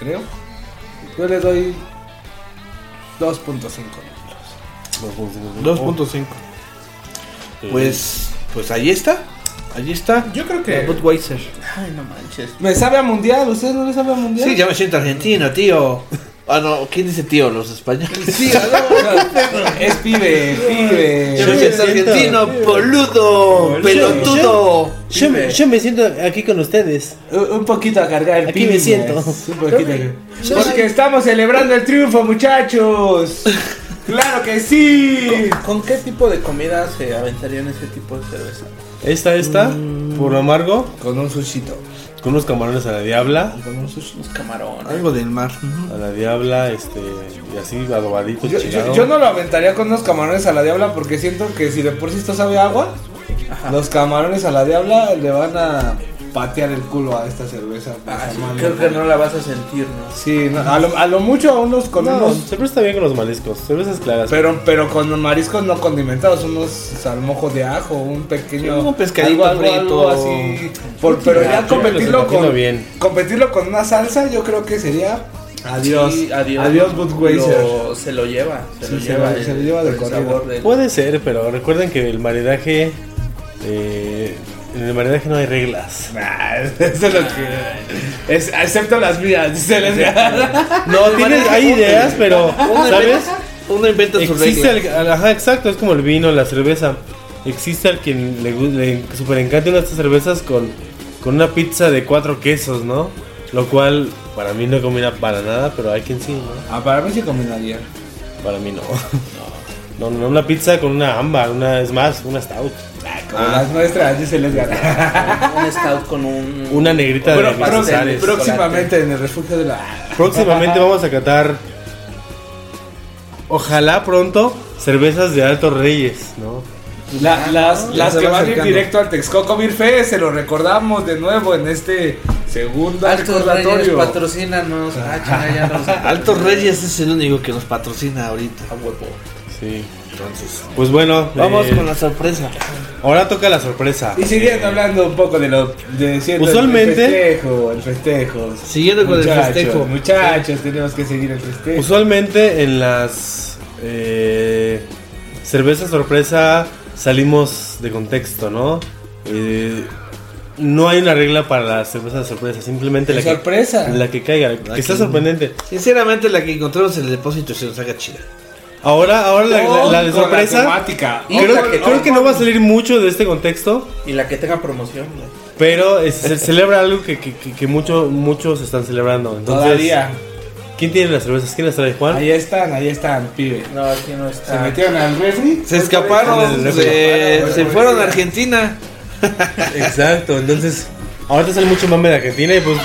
S4: creo. Yo le doy 2.5.
S3: Dos puntos, dos puntos.
S5: 2.5. Pues, pues ahí está. Ahí está.
S2: Yo creo
S5: La
S2: que.
S5: Budweiser.
S2: Ay, no manches.
S4: ¿Me sabe a mundial? ¿Ustedes no le sabe a mundial?
S5: Sí, ya me siento argentino, tío. Ah, no, ¿quién dice tío? Los españoles.
S4: Sí, a lo- es pibe, pibe.
S5: Yo me siento argentino, boludo, pelotudo.
S3: Yo, me- yo me siento aquí con ustedes.
S4: Un un poquito a cargar el
S3: Aquí me
S4: pibe,
S3: siento.
S4: es Un poquito. Porque estamos celebrando el triunfo, muchachos. ¡Claro que sí!
S2: ¿Con qué tipo de comida se aventarían ese tipo de cerveza?
S3: Esta, esta, por lo amargo,
S4: Con un sushito.
S3: con unos camarones a la diabla.
S2: Con unos, unos camarones.
S5: Algo del mar.
S3: A la diabla, este, y así adobaditos,
S4: Yo, yo-
S3: chingado.
S4: yo no lo aventaría con unos camarones a la diabla porque siento que si de por sí esto sabe a agua, los camarones a la diabla le van a patear el culo a esta cerveza. pues,
S2: Ah, sí,
S4: hermano.
S2: creo que no la vas a sentir, ¿no?
S4: Sí, no, a, lo, a lo mucho a unos con
S3: No,
S4: unos...
S3: siempre está bien con los mariscos, cervezas claras.
S4: Pero, pero con mariscos no condimentados, unos salmojo de ajo, un pequeño.
S5: Un pescadito frito.
S4: así. Por- pero
S3: Ya,
S4: ya
S3: ya lo
S4: competirlo
S3: estoy
S4: con,
S3: haciendo bien.
S4: competirlo con una salsa, yo creo que sería. Adiós.
S2: Sí, adiós.
S4: Adiós, Budweiser.
S2: Lo- Se lo lleva. Se
S4: Sí,
S2: lo
S4: se
S2: lleva.
S4: lo-
S2: el-
S4: se lo lleva de
S2: el
S4: corrido.
S2: sabor del-
S3: Puede ser, pero recuerden que el maridaje. eh, en el maridaje no hay reglas.
S4: Nah, eso es lo que. es- excepto las mías, dice la mía.
S3: No, tienes, hay ideas, pero. ¿Sabes?
S5: Uno inventa sus
S3: Existe
S5: reglas.
S3: al, al- ajá, exacto, es como el vino, la cerveza. Existe al quien le, gu- le super encanta una de estas cervezas con, con una pizza de cuatro quesos, ¿no? Lo cual para mí no combina para nada, pero hay quien sí, ¿no?
S4: Ah, para mí sí combinaría.
S3: Para mí no. No, no, una pizza con una ámbar, una es más, una stout.
S4: Como las nuestras, dice la mía.
S2: Un stout con un.
S3: Una negrita
S2: Pero-
S3: de
S2: pero-
S3: Manzazares.
S2: pero-
S4: Próximamente en el refugio de la.
S3: Próximamente vamos a catar. Ojalá pronto cervezas de Altos Reyes, ¿no?
S4: La- las
S5: Ya
S4: las
S5: se
S4: que
S5: va
S4: Ah, van
S5: acercando.
S4: directo al Texcoco Beer Fest, se lo recordamos de nuevo en este segundo
S2: Altos Ah, Reyes,
S4: recordatorio.
S2: patrocínanos. Ah, chinga, ya nos-
S5: Altos Reyes es el único que nos patrocina ahorita.
S3: Sí. Pues bueno,
S5: Vamos
S3: eh,
S5: con la sorpresa.
S3: ahora toca la sorpresa.
S4: Y siguiendo hablando un poco de lo de siendo
S3: Usualmente-
S4: el festejo, el festejo.
S5: Siguiendo con el
S4: Muchachos,
S5: festejo.
S4: Muchachos, tenemos que seguir el festejo.
S3: Usualmente en las eh, cervezas sorpresa salimos de contexto, ¿no? Eh, no hay una regla para la cerveza sorpresa, simplemente la que,
S4: sorpresa. Ah,
S3: la que caiga, la que,
S5: que-
S3: sea sorprendente.
S5: Sinceramente, la que encontremos en el depósito se nos haga chida.
S3: Ahora, ahora la, la- la de
S4: Con
S3: sorpresa.
S4: temática.
S3: Creo, creo que no va a salir mucho de este contexto,
S2: Y la que tenga promoción. güey.
S3: pero eh, se celebra algo que, que, que- que mucho- muchos están celebrando. Entonces,
S4: Todavía.
S3: ¿Quién tiene las cervezas? ¿Quién las trae, Juan?
S4: Ahí están, ahí están, pibe.
S2: No, aquí no
S4: Se
S2: está.
S4: metieron al refri.
S5: Se escaparon,
S3: Desde el
S5: se,
S4: refri.
S5: se fueron a Argentina.
S3: Exacto, entonces ahorita sale mucho mame de Argentina y pues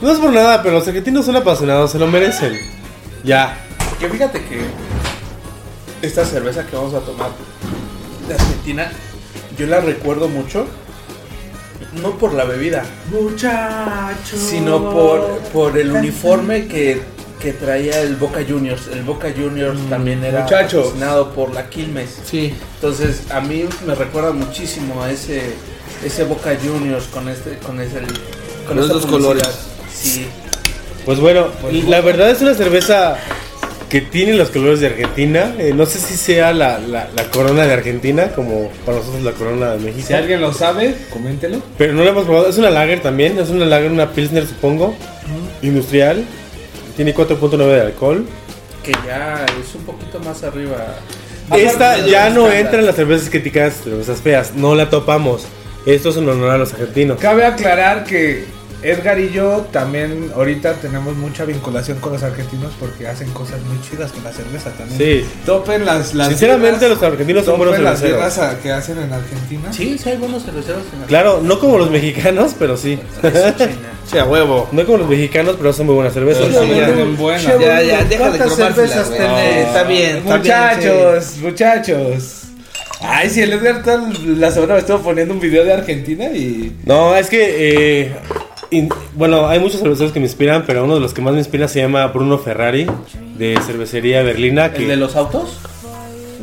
S3: no es por nada, pero los argentinos son apasionados, se lo merecen. Ya.
S2: Que fíjate que esta cerveza que vamos a tomar de Argentina, yo la recuerdo mucho, no por la bebida,
S4: Muchachos.
S2: sino por, por el uniforme que, que traía el Boca Juniors. El Boca Juniors
S4: Mm,
S2: también era
S4: muchachos.
S2: patrocinado por la Quilmes.
S5: Sí.
S2: Entonces a mí me recuerda muchísimo a ese, ese Boca Juniors con este, con ese con
S5: Los
S2: esta
S5: dos
S2: publicidad.
S5: colores.
S2: Sí.
S3: Pues bueno, la verdad es una cerveza que tiene los colores de Argentina. eh, no sé si sea la, la- la corona de Argentina, como para nosotros la corona de México.
S4: Si alguien lo sabe, coméntelo.
S3: Pero no la hemos probado. Es una lager también. Es una lager, una pilsner supongo. Industrial. Tiene 4.9 de alcohol.
S2: Que ya es un poquito más arriba.
S3: Esta
S2: Aparte,
S3: ya no
S2: estándar.
S3: entra en las cervezas criticadas, cervezas feas. No la topamos. Esto es en honor a los argentinos.
S4: Cabe aclarar que Edgar y yo también ahorita tenemos mucha vinculación con los argentinos porque hacen cosas muy chidas con la cerveza también.
S3: Sí.
S4: Topen las, las
S3: Sinceramente,
S4: birras-
S3: los argentinos son
S4: topen
S3: buenos
S4: las
S3: cerveceros.
S4: birras a- que hacen en Argentina.
S2: Sí, sí hay buenos cerveceros en la
S3: Claro, no como los mexicanos, pero sí.
S5: Sí, a huevo.
S3: No como los mexicanos, pero son muy buenas cervezas.
S5: Pero sí,
S3: Sí.
S5: ya.
S4: Son buenas.
S5: Ya, ya, deja de
S2: ¿Cuántas
S5: cromársela,
S2: cervezas
S5: güey.
S2: tenés?
S5: Está bien, está bien.
S4: muchachos, muchachos. Ay, si el Edgar tal- la semana me estuvo poniendo un video de Argentina y
S3: No, es que eh, in- bueno, hay muchos cerveceros que me inspiran, pero uno de los que más me inspira se llama Bruno Ferrari, de cervecería Berlina. Que,
S2: ¿El de los autos?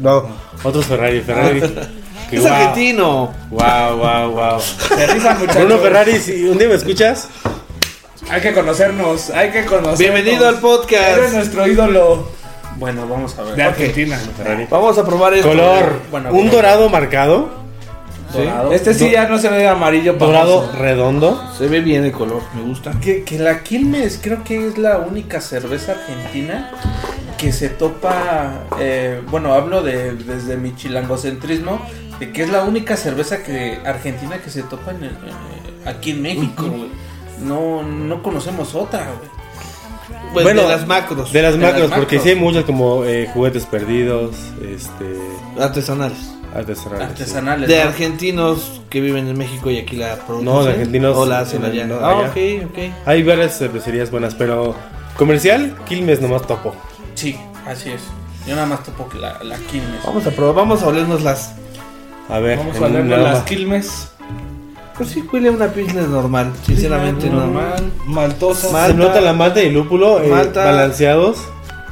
S3: No, otros Ferrari, Ferrari. que
S5: Es
S3: guau,
S5: argentino.
S3: Guau, guau, guau.
S4: Se rizan, muchachos.
S3: Bruno Ferrari, si un día me escuchas,
S4: Hay que conocernos, hay que conocernos.
S5: Bienvenido al
S4: Eres
S5: podcast.
S4: nuestro ídolo
S2: Bueno, vamos a ver.
S4: de Argentina.
S3: Ferrari.
S5: Vamos a probar esto.
S3: color,
S2: Bueno,
S3: un
S2: bueno.
S3: dorado marcado,
S2: Dorado.
S4: Este sí ya no se ve amarillo.
S3: dorado
S4: famoso.
S3: redondo.
S5: Se ve bien el color, me gusta.
S2: Que, que la Quilmes creo que es la única cerveza argentina que se topa, eh, bueno, hablo de, desde mi chilangocentrismo, de que es la única cerveza que argentina que se topa en el- eh, aquí en México, güey. No, no conocemos otra, güey.
S5: Bueno,
S3: Bueno,
S5: de las macros.
S3: De las
S2: De
S3: macros,
S2: las macros.
S3: porque sí hay muchas como eh, juguetes perdidos, este,
S5: Artesanales.
S3: artesanales. sí.
S2: Artesanales.
S5: De
S2: ¿no?
S5: argentinos que viven en México y aquí la producen.
S3: No, de argentinos
S5: O la hacen
S3: en el-
S5: allá.
S3: no,
S5: ah,
S3: allá.
S5: ok, ok.
S3: Hay varias cervecerías buenas, pero comercial, Quilmes nomás topo.
S2: Sí, así es. Yo nada más topo que la, la Quilmes.
S5: Vamos a probar, vamos a olernos las.
S3: A ver,
S4: Vamos
S3: en
S4: a leer
S3: un aroma.
S4: las Quilmes.
S5: Pues sí, huele a una pilsner normal, sinceramente normal.
S4: normal, maltosa.
S5: Mal-
S3: Se nota la malta y el lúpulo eh,
S5: Malta.
S3: balanceados.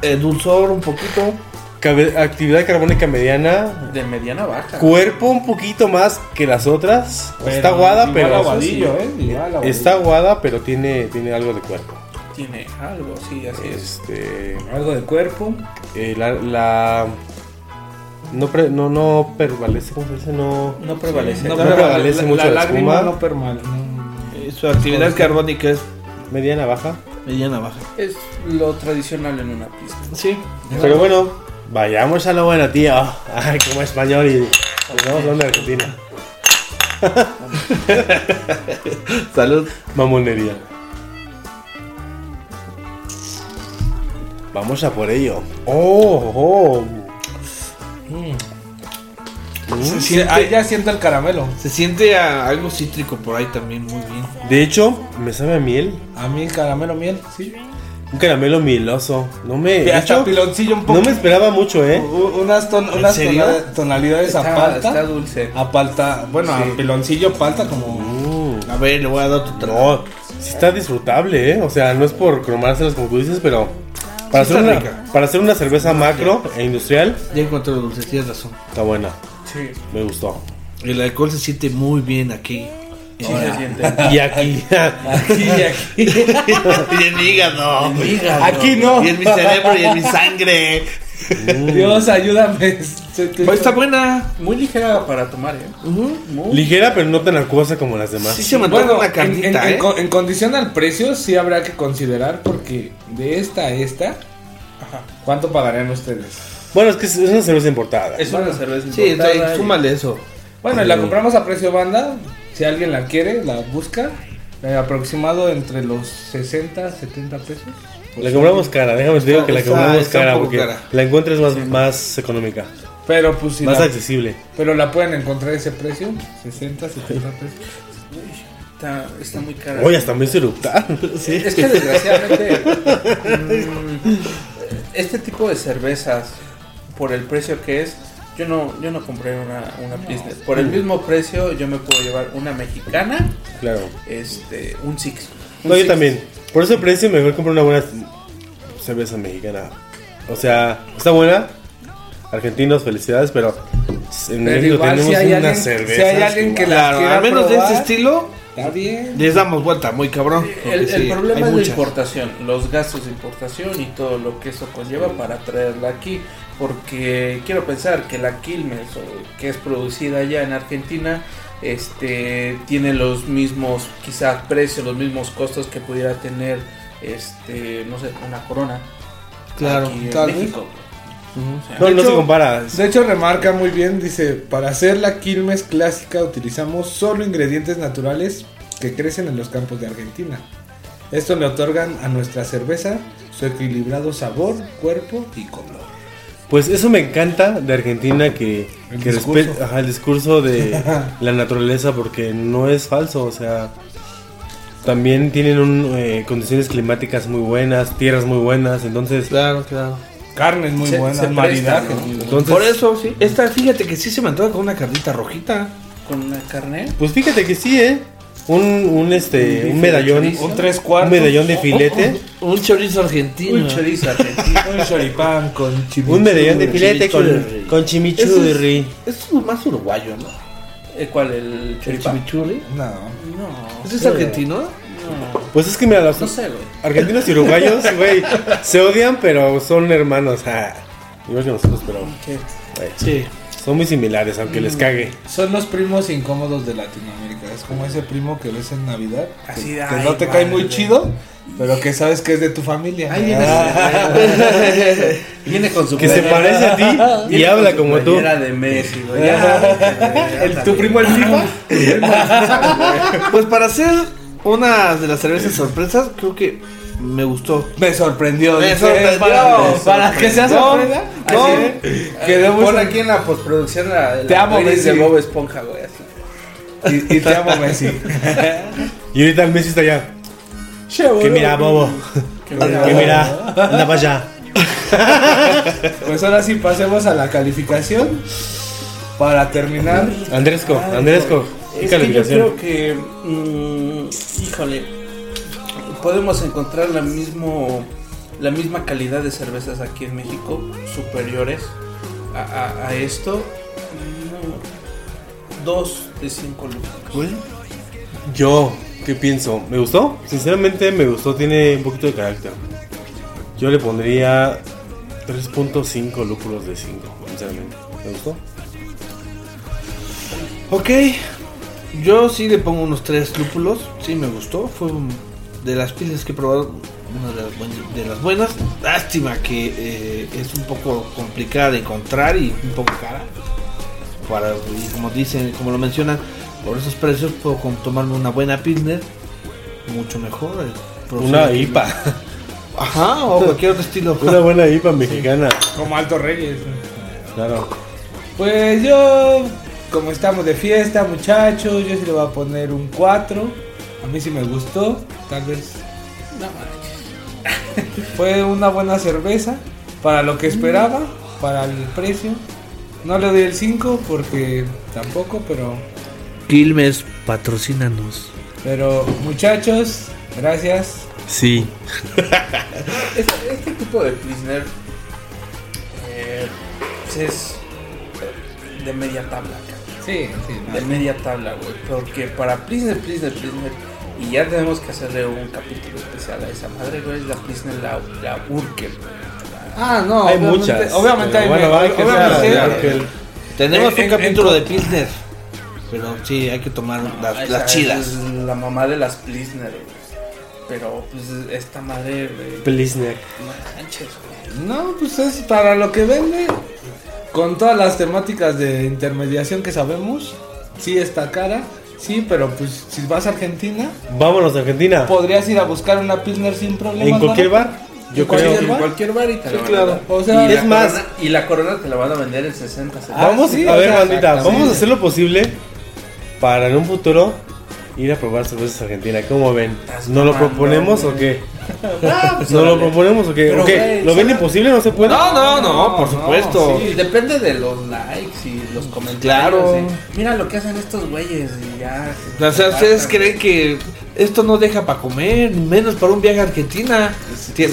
S5: Eh, dulzor un poquito.
S3: Cabe- actividad carbónica mediana.
S2: De mediana baja.
S3: Cuerpo un poquito más que las otras. está aguada,
S4: igual
S3: pero.
S4: aguadillo, ¿eh? Igual aguadillo.
S3: Está aguada, pero tiene, tiene algo de cuerpo.
S2: Tiene algo, sí, así es.
S3: Este.
S4: Algo de cuerpo.
S3: eh, la. la- no, pre- no, no prevalece, ¿cómo se dice? No.
S2: No prevalece.
S3: No
S2: No,
S3: prevalece
S4: la,
S3: mucho
S4: la
S3: la
S4: lágrima.
S3: espuma.
S4: No permane- no.
S5: Eh, su actividad carbónica es
S3: Mediana, baja.
S5: mediana baja.
S2: Es lo tradicional en una pista.
S5: Sí.
S3: Pero bueno, vayamos a lo bueno, tío. Ay, como español y. Vamos hablando de Argentina.
S5: Salud.
S3: Mamonería. Vamos a por ello. Oh,
S4: Sí, ahí ya siento el caramelo.
S5: Se siente a algo cítrico por ahí también muy bien.
S3: oh. De hecho, me sabe a miel.
S4: A mí caramelo miel, sí.
S3: Un caramelo miloso. No me.
S4: Y
S3: De
S4: hasta
S3: hecho,
S4: piloncillo un poco.
S3: no me esperaba mucho, eh.
S4: U- Unas, ton- unas
S5: serio?
S4: tona- tonalidades a
S2: Está,
S4: palta.
S2: está dulce.
S4: A palta, bueno, a piloncillo palta como...
S3: Mm,
S5: A ver, le voy a dar otro trago.
S3: no, sí está disfrutable, eh. O sea, no es por cromárselas como tú dices, pero. Para,
S5: Sí
S3: hacer
S5: está
S3: una,
S5: rica.
S3: para hacer una cerveza macro e industrial,
S5: Ya encontré lo dulce, tienes razón.
S3: está buena.
S2: Sí,
S3: Me gustó.
S5: El alcohol se siente muy bien aquí.
S2: sí se siente.
S3: Y aquí.
S4: Aquí y aquí.
S5: y en mi hígado.
S4: Aquí no.
S5: Y en mi cerebro y en mi sangre.
S4: Dios, ayúdame. Se- te-
S5: Pues está buena.
S2: Muy ligera para tomar, ¿eh?
S3: Ligera, pero no tan acuosa como las demás.
S5: Sí se me antoja
S4: Bueno,
S5: una
S4: en, en-
S5: carnita,
S4: en
S5: ¿eh?
S4: co- en condición al precio sí habrá que considerar porque de esta a esta, ¿cuánto pagarían ustedes?
S3: Bueno, es que es es una cerveza importada.
S2: Es una cerveza
S5: Sí,
S2: importada
S5: está-
S2: y-
S5: súmale eso.
S4: Bueno, y la compramos a precio banda, si alguien la quiere, la busca, eh, aproximado entre los 60, 70 pesos.
S3: La compramos cara, déjame te digo que la
S5: Está-
S3: compramos
S5: está un
S3: cara
S5: poco
S3: porque
S5: cara.
S3: la encuentras más, más económica,
S4: Pero pues si
S3: más
S4: la,
S3: accesible.
S4: pero la pueden encontrar a ese precio, 60, 70 pesos.
S2: Está, está muy cara.
S3: Oye, hasta me hizo eruptar. Sí.
S2: Es que desgraciadamente mm, este tipo de cervezas por el precio que es, yo no yo no compré una una business. Por el mismo precio yo me puedo llevar una mexicana,
S3: Claro.
S2: este un six. un
S3: No, yo
S2: six.
S3: también. Por ese precio mejor comprar una buena cerveza mexicana. O sea, está buena. Argentinos, felicidades, pero en
S4: Pero
S3: México
S4: igual,
S3: tenemos
S4: si hay
S3: una
S4: alguien-
S3: cerveza.
S4: si hay alguien que la-
S5: Claro,
S4: quiera
S5: al menos de
S4: probar.
S5: este estilo,
S4: Está bien.
S5: les damos vuelta, muy cabrón. porque
S2: El, el
S5: sí, hay
S2: problema es la
S5: muchas.
S2: importación, los gastos de importación y todo lo que eso conlleva para traerla aquí. Porque quiero pensar que la Quilmes, o que es producida allá en Argentina, este, tiene los mismos, quizás precios, los mismos costos que pudiera tener, este, no sé, una corona.
S5: Claro,
S2: aquí en
S4: tal vez.
S2: México.
S3: No, no se
S4: De hecho-
S3: compara.
S4: De hecho, remarca muy bien, dice, para hacer la quilmes clásica utilizamos solo ingredientes naturales que crecen en los campos de Argentina. Esto le otorgan a nuestra cerveza su equilibrado sabor, cuerpo y color.
S3: Pues eso me encanta de Argentina que,
S4: El
S3: que
S4: discurso.
S3: respet- ajá, el discurso de la naturaleza porque no es falso, o sea, también tienen un, eh, condiciones climáticas muy buenas, tierras muy buenas, entonces,
S5: claro, claro.
S4: Carne es muy
S2: Se-
S4: buena,
S2: se
S4: maridaje.
S2: presta, ¿no?
S4: muy bueno.
S3: entonces
S5: Por eso, sí. Esta, fíjate que sí se me antoja con una carnita rojita.
S2: Con una carne.
S3: pues fíjate que sí, eh, un, un, este, un medallón,
S2: chorizo.
S3: un,
S2: Un tres cuartos. Oh,
S3: medallón de filete,
S5: Un chorizo argentino.
S2: Un chorizo argentino.
S4: Un choripán con
S2: oh.
S4: chimichurri.
S3: un medallón de filete con,
S5: Chimichurri.
S3: con chimichurri.
S5: Es lo más uruguayo, ¿no?
S2: Eh, ¿Cuál? El
S5: El
S2: choripán.
S5: chimichurri.
S4: No.
S5: ¿Eso es argentino?
S3: Pues es que mira, los
S2: No sé, güey.
S3: argentinos y uruguayos, güey, se odian, pero son hermanos. ah. Igual que nosotros, pero güey,
S5: Sí.
S3: son muy similares, aunque
S2: Mm.
S3: les cague.
S4: Son los primos incómodos de Latinoamérica. Es como ese primo que ves en Navidad. que-
S2: Así
S4: que,
S2: de, ay,
S4: no te cae
S2: madre.
S4: muy chido, pero que sabes que es de tu familia.
S2: Ahí viene,
S4: Ah,
S2: viene con su
S3: Que se
S2: playera-
S3: parece a ti y
S2: viene con
S3: habla
S2: su
S3: como tú.
S2: playera de Messi, güey. Ya,
S4: el- ¿Tu primo el FIFA?
S5: Pues para hacer una de las cervezas sorpresas, creo que me gustó.
S4: Me sorprendió.
S5: Me
S4: dice,
S5: sorprendió.
S4: Para, para que seas
S5: No,
S4: sorprenda.
S5: no.
S4: Quedemos
S2: Pon aquí en la postproducción la,
S4: Te
S2: la
S4: amo,
S2: playlist de
S4: Messi.
S2: Bob Esponja, güey. así.
S4: y, y te amo, Messi.
S3: Y ahorita el Messi está allá. Que mira, bobo. Que mira, anda para allá.
S4: Pues ahora sí, pasemos a la calificación. Para terminar,
S3: Andresco, Andresco. ¿Qué
S2: Ah, Es que yo creo
S3: calificación?
S2: que, mm, híjole, podemos encontrar la mismo la misma calidad de cervezas aquí en México superiores a, a- a esto. Mm, No, dos de cinco lucas.
S3: Yo, ¿qué pienso? ¿Me gustó? Sinceramente me gustó, tiene un poquito de carácter. Yo le pondría 3.5 lúpulos de 5, sinceramente. ¿Me gustó?
S5: Ok. Yo sí le pongo unos tres lúpulos. Sí, me gustó. Fue un- de las piezas que he probado. Una de las, buen- de las buenas. Lástima que eh, es un poco complicada de encontrar y un poco cara. Para, y como dicen, como lo mencionan, por esos precios puedo con- tomarme una buena Pilsner. Mucho mejor. eh,
S3: Una
S5: procedente.
S3: IPA.
S5: Ajá, o cualquier otro estilo.
S3: Una buena IPA mexicana.
S4: como Alto Reyes.
S3: Claro.
S4: Pues yo, como estamos de fiesta, muchachos, yo sí le voy a poner un 4. A mí sí me gustó, tal vez. Fue una buena cerveza, para lo que esperaba, para el precio. No le doy el 5 porque tampoco, pero
S5: Quilmes, patrocínanos.
S4: pero muchachos, gracias.
S3: Sí.
S2: Este, este tipo de Pilsner eh, pues es de media tabla, acá.
S4: Sí, sí.
S2: de
S3: Ah.
S2: media tabla, güey. Porque para Plisner, Plisner, Plisner, y ya tenemos que hacerle un capítulo especial a esa madre, güey. Es la Plisner, la, la Urkel.
S4: Ah, no,
S3: Hay
S4: obviamente-
S3: muchas.
S4: Obviamente hay
S3: pero bueno,
S4: me-
S3: hay que
S4: obviamente-
S3: sea- ya, que el-
S5: Tenemos
S4: En-
S5: un
S4: en-
S5: capítulo de Pilsner. Pero sí, hay que tomar las,
S2: Esa
S5: las chidas.
S2: Es la mamá de las Plisner, güey. Pero, pues, esta madre, güey.
S3: Pilsner.
S2: no manches, güey.
S4: No, pues es para lo que vende. Con todas las temáticas de intermediación que sabemos, sí está cara. Sí, pero pues si vas a Argentina,
S3: Vámonos a Argentina.
S4: podrías ir a buscar una Pilsner sin problema.
S3: En cualquier bar. Yo creo.
S2: En cualquier bar y te la van a
S4: claro.
S2: dar.
S4: O sea,
S2: Y la
S3: es más-
S2: corona- y la corona te la van a vender en 60, 70.
S4: Ah,
S3: Vamos
S4: sí,
S3: a
S4: o
S3: ver,
S4: sea,
S3: bandita. Vamos a
S4: exactamente.
S3: hacer lo posible para en un futuro ir a probar cervezas argentinas. ¿Cómo ven?
S2: Estás
S3: ¿No lo
S2: mamando,
S3: proponemos
S2: güey.
S3: o qué?
S2: Ah, pues,
S3: ¿No lo
S2: órale.
S3: proponemos o qué?
S2: Pero,
S3: ¿O qué?
S2: güey,
S3: ¿Lo ven
S2: solo-
S3: imposible? ¿No se puede?
S5: no,
S4: no, no,
S2: Sí, depende de los likes y los comentarios.
S5: Claro.
S2: ¿eh? Mira lo que hacen estos güeyes y ya.
S5: O sea, ustedes
S2: Bajan.
S5: creen que esto no deja para comer, ni menos para un viaje a Argentina. Tien-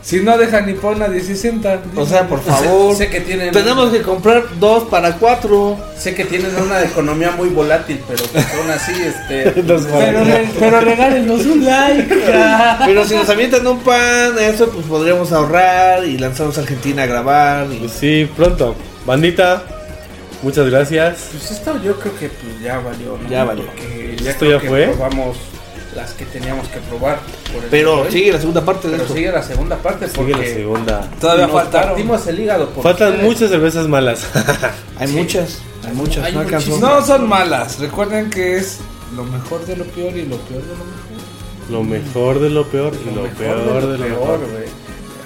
S4: Si no deja ni por nadie, se sienta.
S5: O sea, por favor.
S2: Sé, sé que tienen.
S5: Tenemos que comprar dos para cuatro.
S2: Sé que tienen una economía muy volátil, pero pues aún así, este.
S3: Los
S4: Pero,
S3: guardias.
S4: re- pero regálenos un like.
S5: Pero si nos avientan un pan, eso pues podríamos ahorrar y lanzarnos a Argentina a grabar.
S3: Pues
S5: Y...
S3: Sí, pronto. Bandita, muchas gracias.
S2: Pues esto yo creo que pues, ya valió, ¿no?
S5: Ya valió.
S2: Porque
S3: Esto
S2: creo
S3: ya
S2: que
S3: fue.
S2: Probamos las que teníamos que probar. por el día de
S5: Pero
S2: hoy.
S5: sigue la segunda parte de
S2: Pero
S5: esto.
S2: sigue la segunda parte porque.
S3: Sigue la segunda.
S4: Todavía
S2: nos
S4: faltaron.
S2: partimos el hígado. por
S3: Faltan
S2: ustedes.
S3: muchas cervezas malas.
S5: Hay muchas, hay muchas.
S2: Hay
S5: no alcanzó.
S2: muchísimas.
S4: No son malas. Recuerden que es lo mejor de lo peor y lo peor de lo mejor.
S3: lo mejor de lo peor y lo, peor de lo mejor.
S2: güey.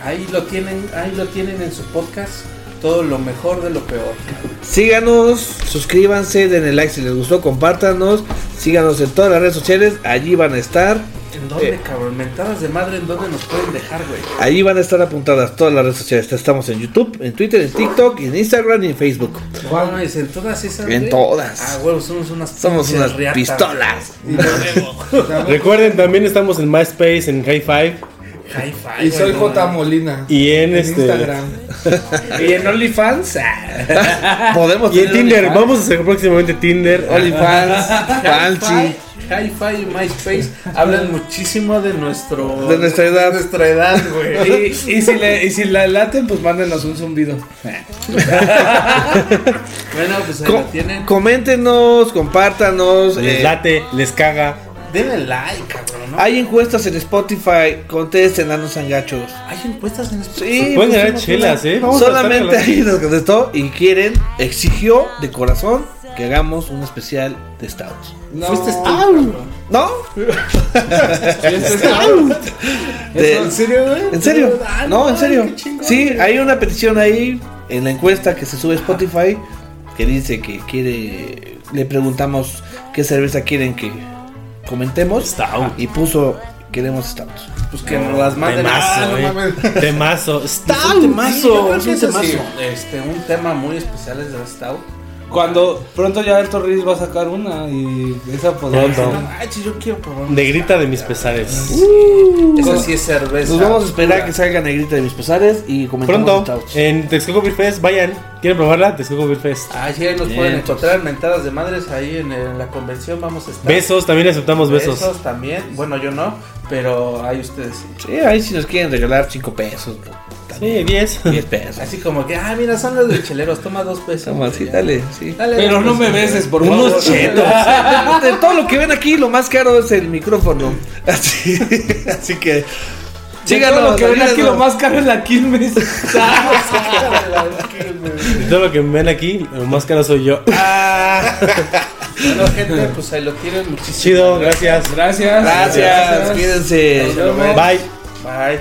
S2: Ahí lo tienen, ahí lo tienen en su podcast. Todo lo mejor de lo peor.
S5: Síganos, suscríbanse, denle like si les gustó, compártanos, síganos en todas las redes sociales, allí van a estar.
S2: ¿En dónde,
S5: Eh.
S2: cabrón? Mentadas de madre, ¿en dónde nos pueden dejar, güey?
S5: Ahí van a estar apuntadas todas las redes sociales. Estamos en YouTube, en Twitter, en TikTok, en Instagram y en Facebook.
S2: No, no, es en todas esas.
S5: En
S2: güey.
S5: todas.
S2: Ah, güey, somos unas.
S5: Somos
S2: pinches
S5: unas
S2: riatas,
S5: pistolas.
S2: güey. Y nos vemos.
S3: Recuerden, también estamos en MySpace, en High Five
S2: High five,
S4: Y soy
S2: güey,
S4: J.
S2: no,
S4: Molina.
S3: y en,
S4: en
S3: este.
S4: Instagram.
S2: Y en OnlyFans. ah.
S5: Podemos
S3: Y en
S5: tener
S3: Tinder. Vamos a hacer próximamente Tinder.
S5: OnlyFans, Falsi.
S2: Hi-Fi y MySpace hablan muchísimo de nuestro.
S5: De nuestra edad.
S2: de nuestra edad, güey.
S4: Y, y si le, y si la laten, pues mándenos un zumbido.
S2: Bueno, pues ahí
S5: Co-
S2: lo tienen.
S5: coméntenos, compártanos.
S3: Les
S5: eh,
S3: late, les caga.
S2: Denle like, cabrón, ¿no?
S5: hay encuestas en Spotify. Contesten, no sean gachos.
S2: Hay encuestas en esto.
S5: Sí,
S3: Pueden ganar
S5: pusimos
S3: chelas,
S5: una.
S3: ¿eh? Vamos a
S5: Solamente
S3: tratar de-
S5: ahí nos contestó y quieren, exigió de corazón que hagamos un especial de Stouts.
S4: No.
S2: Fuiste tú,
S5: ¿No? De-
S4: ¿En serio, güey?
S5: ¿En serio?
S2: Ah,
S5: No, en serio.
S2: qué chingón,
S5: Sí,
S2: güey.
S5: hay una petición ahí en la encuesta que se sube a Spotify que dice que quiere. Le preguntamos qué cerveza quieren que comentemos.
S3: Stout.
S5: Y puso, queremos Stouts.
S2: Pues que nos las manden.
S3: Temazo,
S2: Ah, no
S3: eh.
S2: mames.
S3: Temazo. Está
S5: Ah,
S2: Es un temazo, es un
S4: eso
S2: temazo.
S4: sí.
S2: Este, un tema muy especial es de Stout.
S4: Cuando pronto ya Alto Ruiz va a sacar una y esa podrá
S3: Pronto.
S5: Mm.
S4: ser-
S2: Ay, sí, yo quiero probar.
S3: Negrita de mis pesares.
S2: Uh, Esa sí es cerveza.
S5: Uh, Nos vamos a esperar a que salga Negrita de mis pesares y comentamos
S3: Pronto,
S5: Stouts.
S3: en Texcoco Beer Fest, vayan. ¿Quieren probarla? Texcoco Beer Fest.
S2: Ah, sí, ahí nos
S5: Bien,
S2: pueden
S5: pues.
S2: encontrar mentadas de madres ahí en, en la convención. Vamos a estar.
S3: Besos, también aceptamos besos.
S2: Besos también. Bueno, yo no, pero ahí ustedes sí.
S5: Sí, ahí si nos quieren regalar 5 pesos,
S3: Sí, 10.
S5: 10 pesos.
S2: Así como que, ah, mira, son los de cheleros, toma dos pesos.
S5: Toma, sí, dale, pues, sí.
S2: Dale,
S4: Pero
S2: dos
S4: no me
S2: pesos.
S4: beses, por favor.
S5: Unos chetos. De, de todo lo que ven aquí, lo más caro es el micrófono. Así, así que.
S4: De todo
S5: síganos,
S4: lo que ven aquí,
S5: ayúdenos.
S4: lo más caro es la Quilmes.
S3: De todo lo que ven aquí, lo más caro soy yo.
S2: Ah. Bueno, gente, pues ahí lo tienen. Muchísimas
S3: Chido, gracias.
S4: Gracias.
S5: Gracias, cuídense.
S3: Bye.
S2: Bye.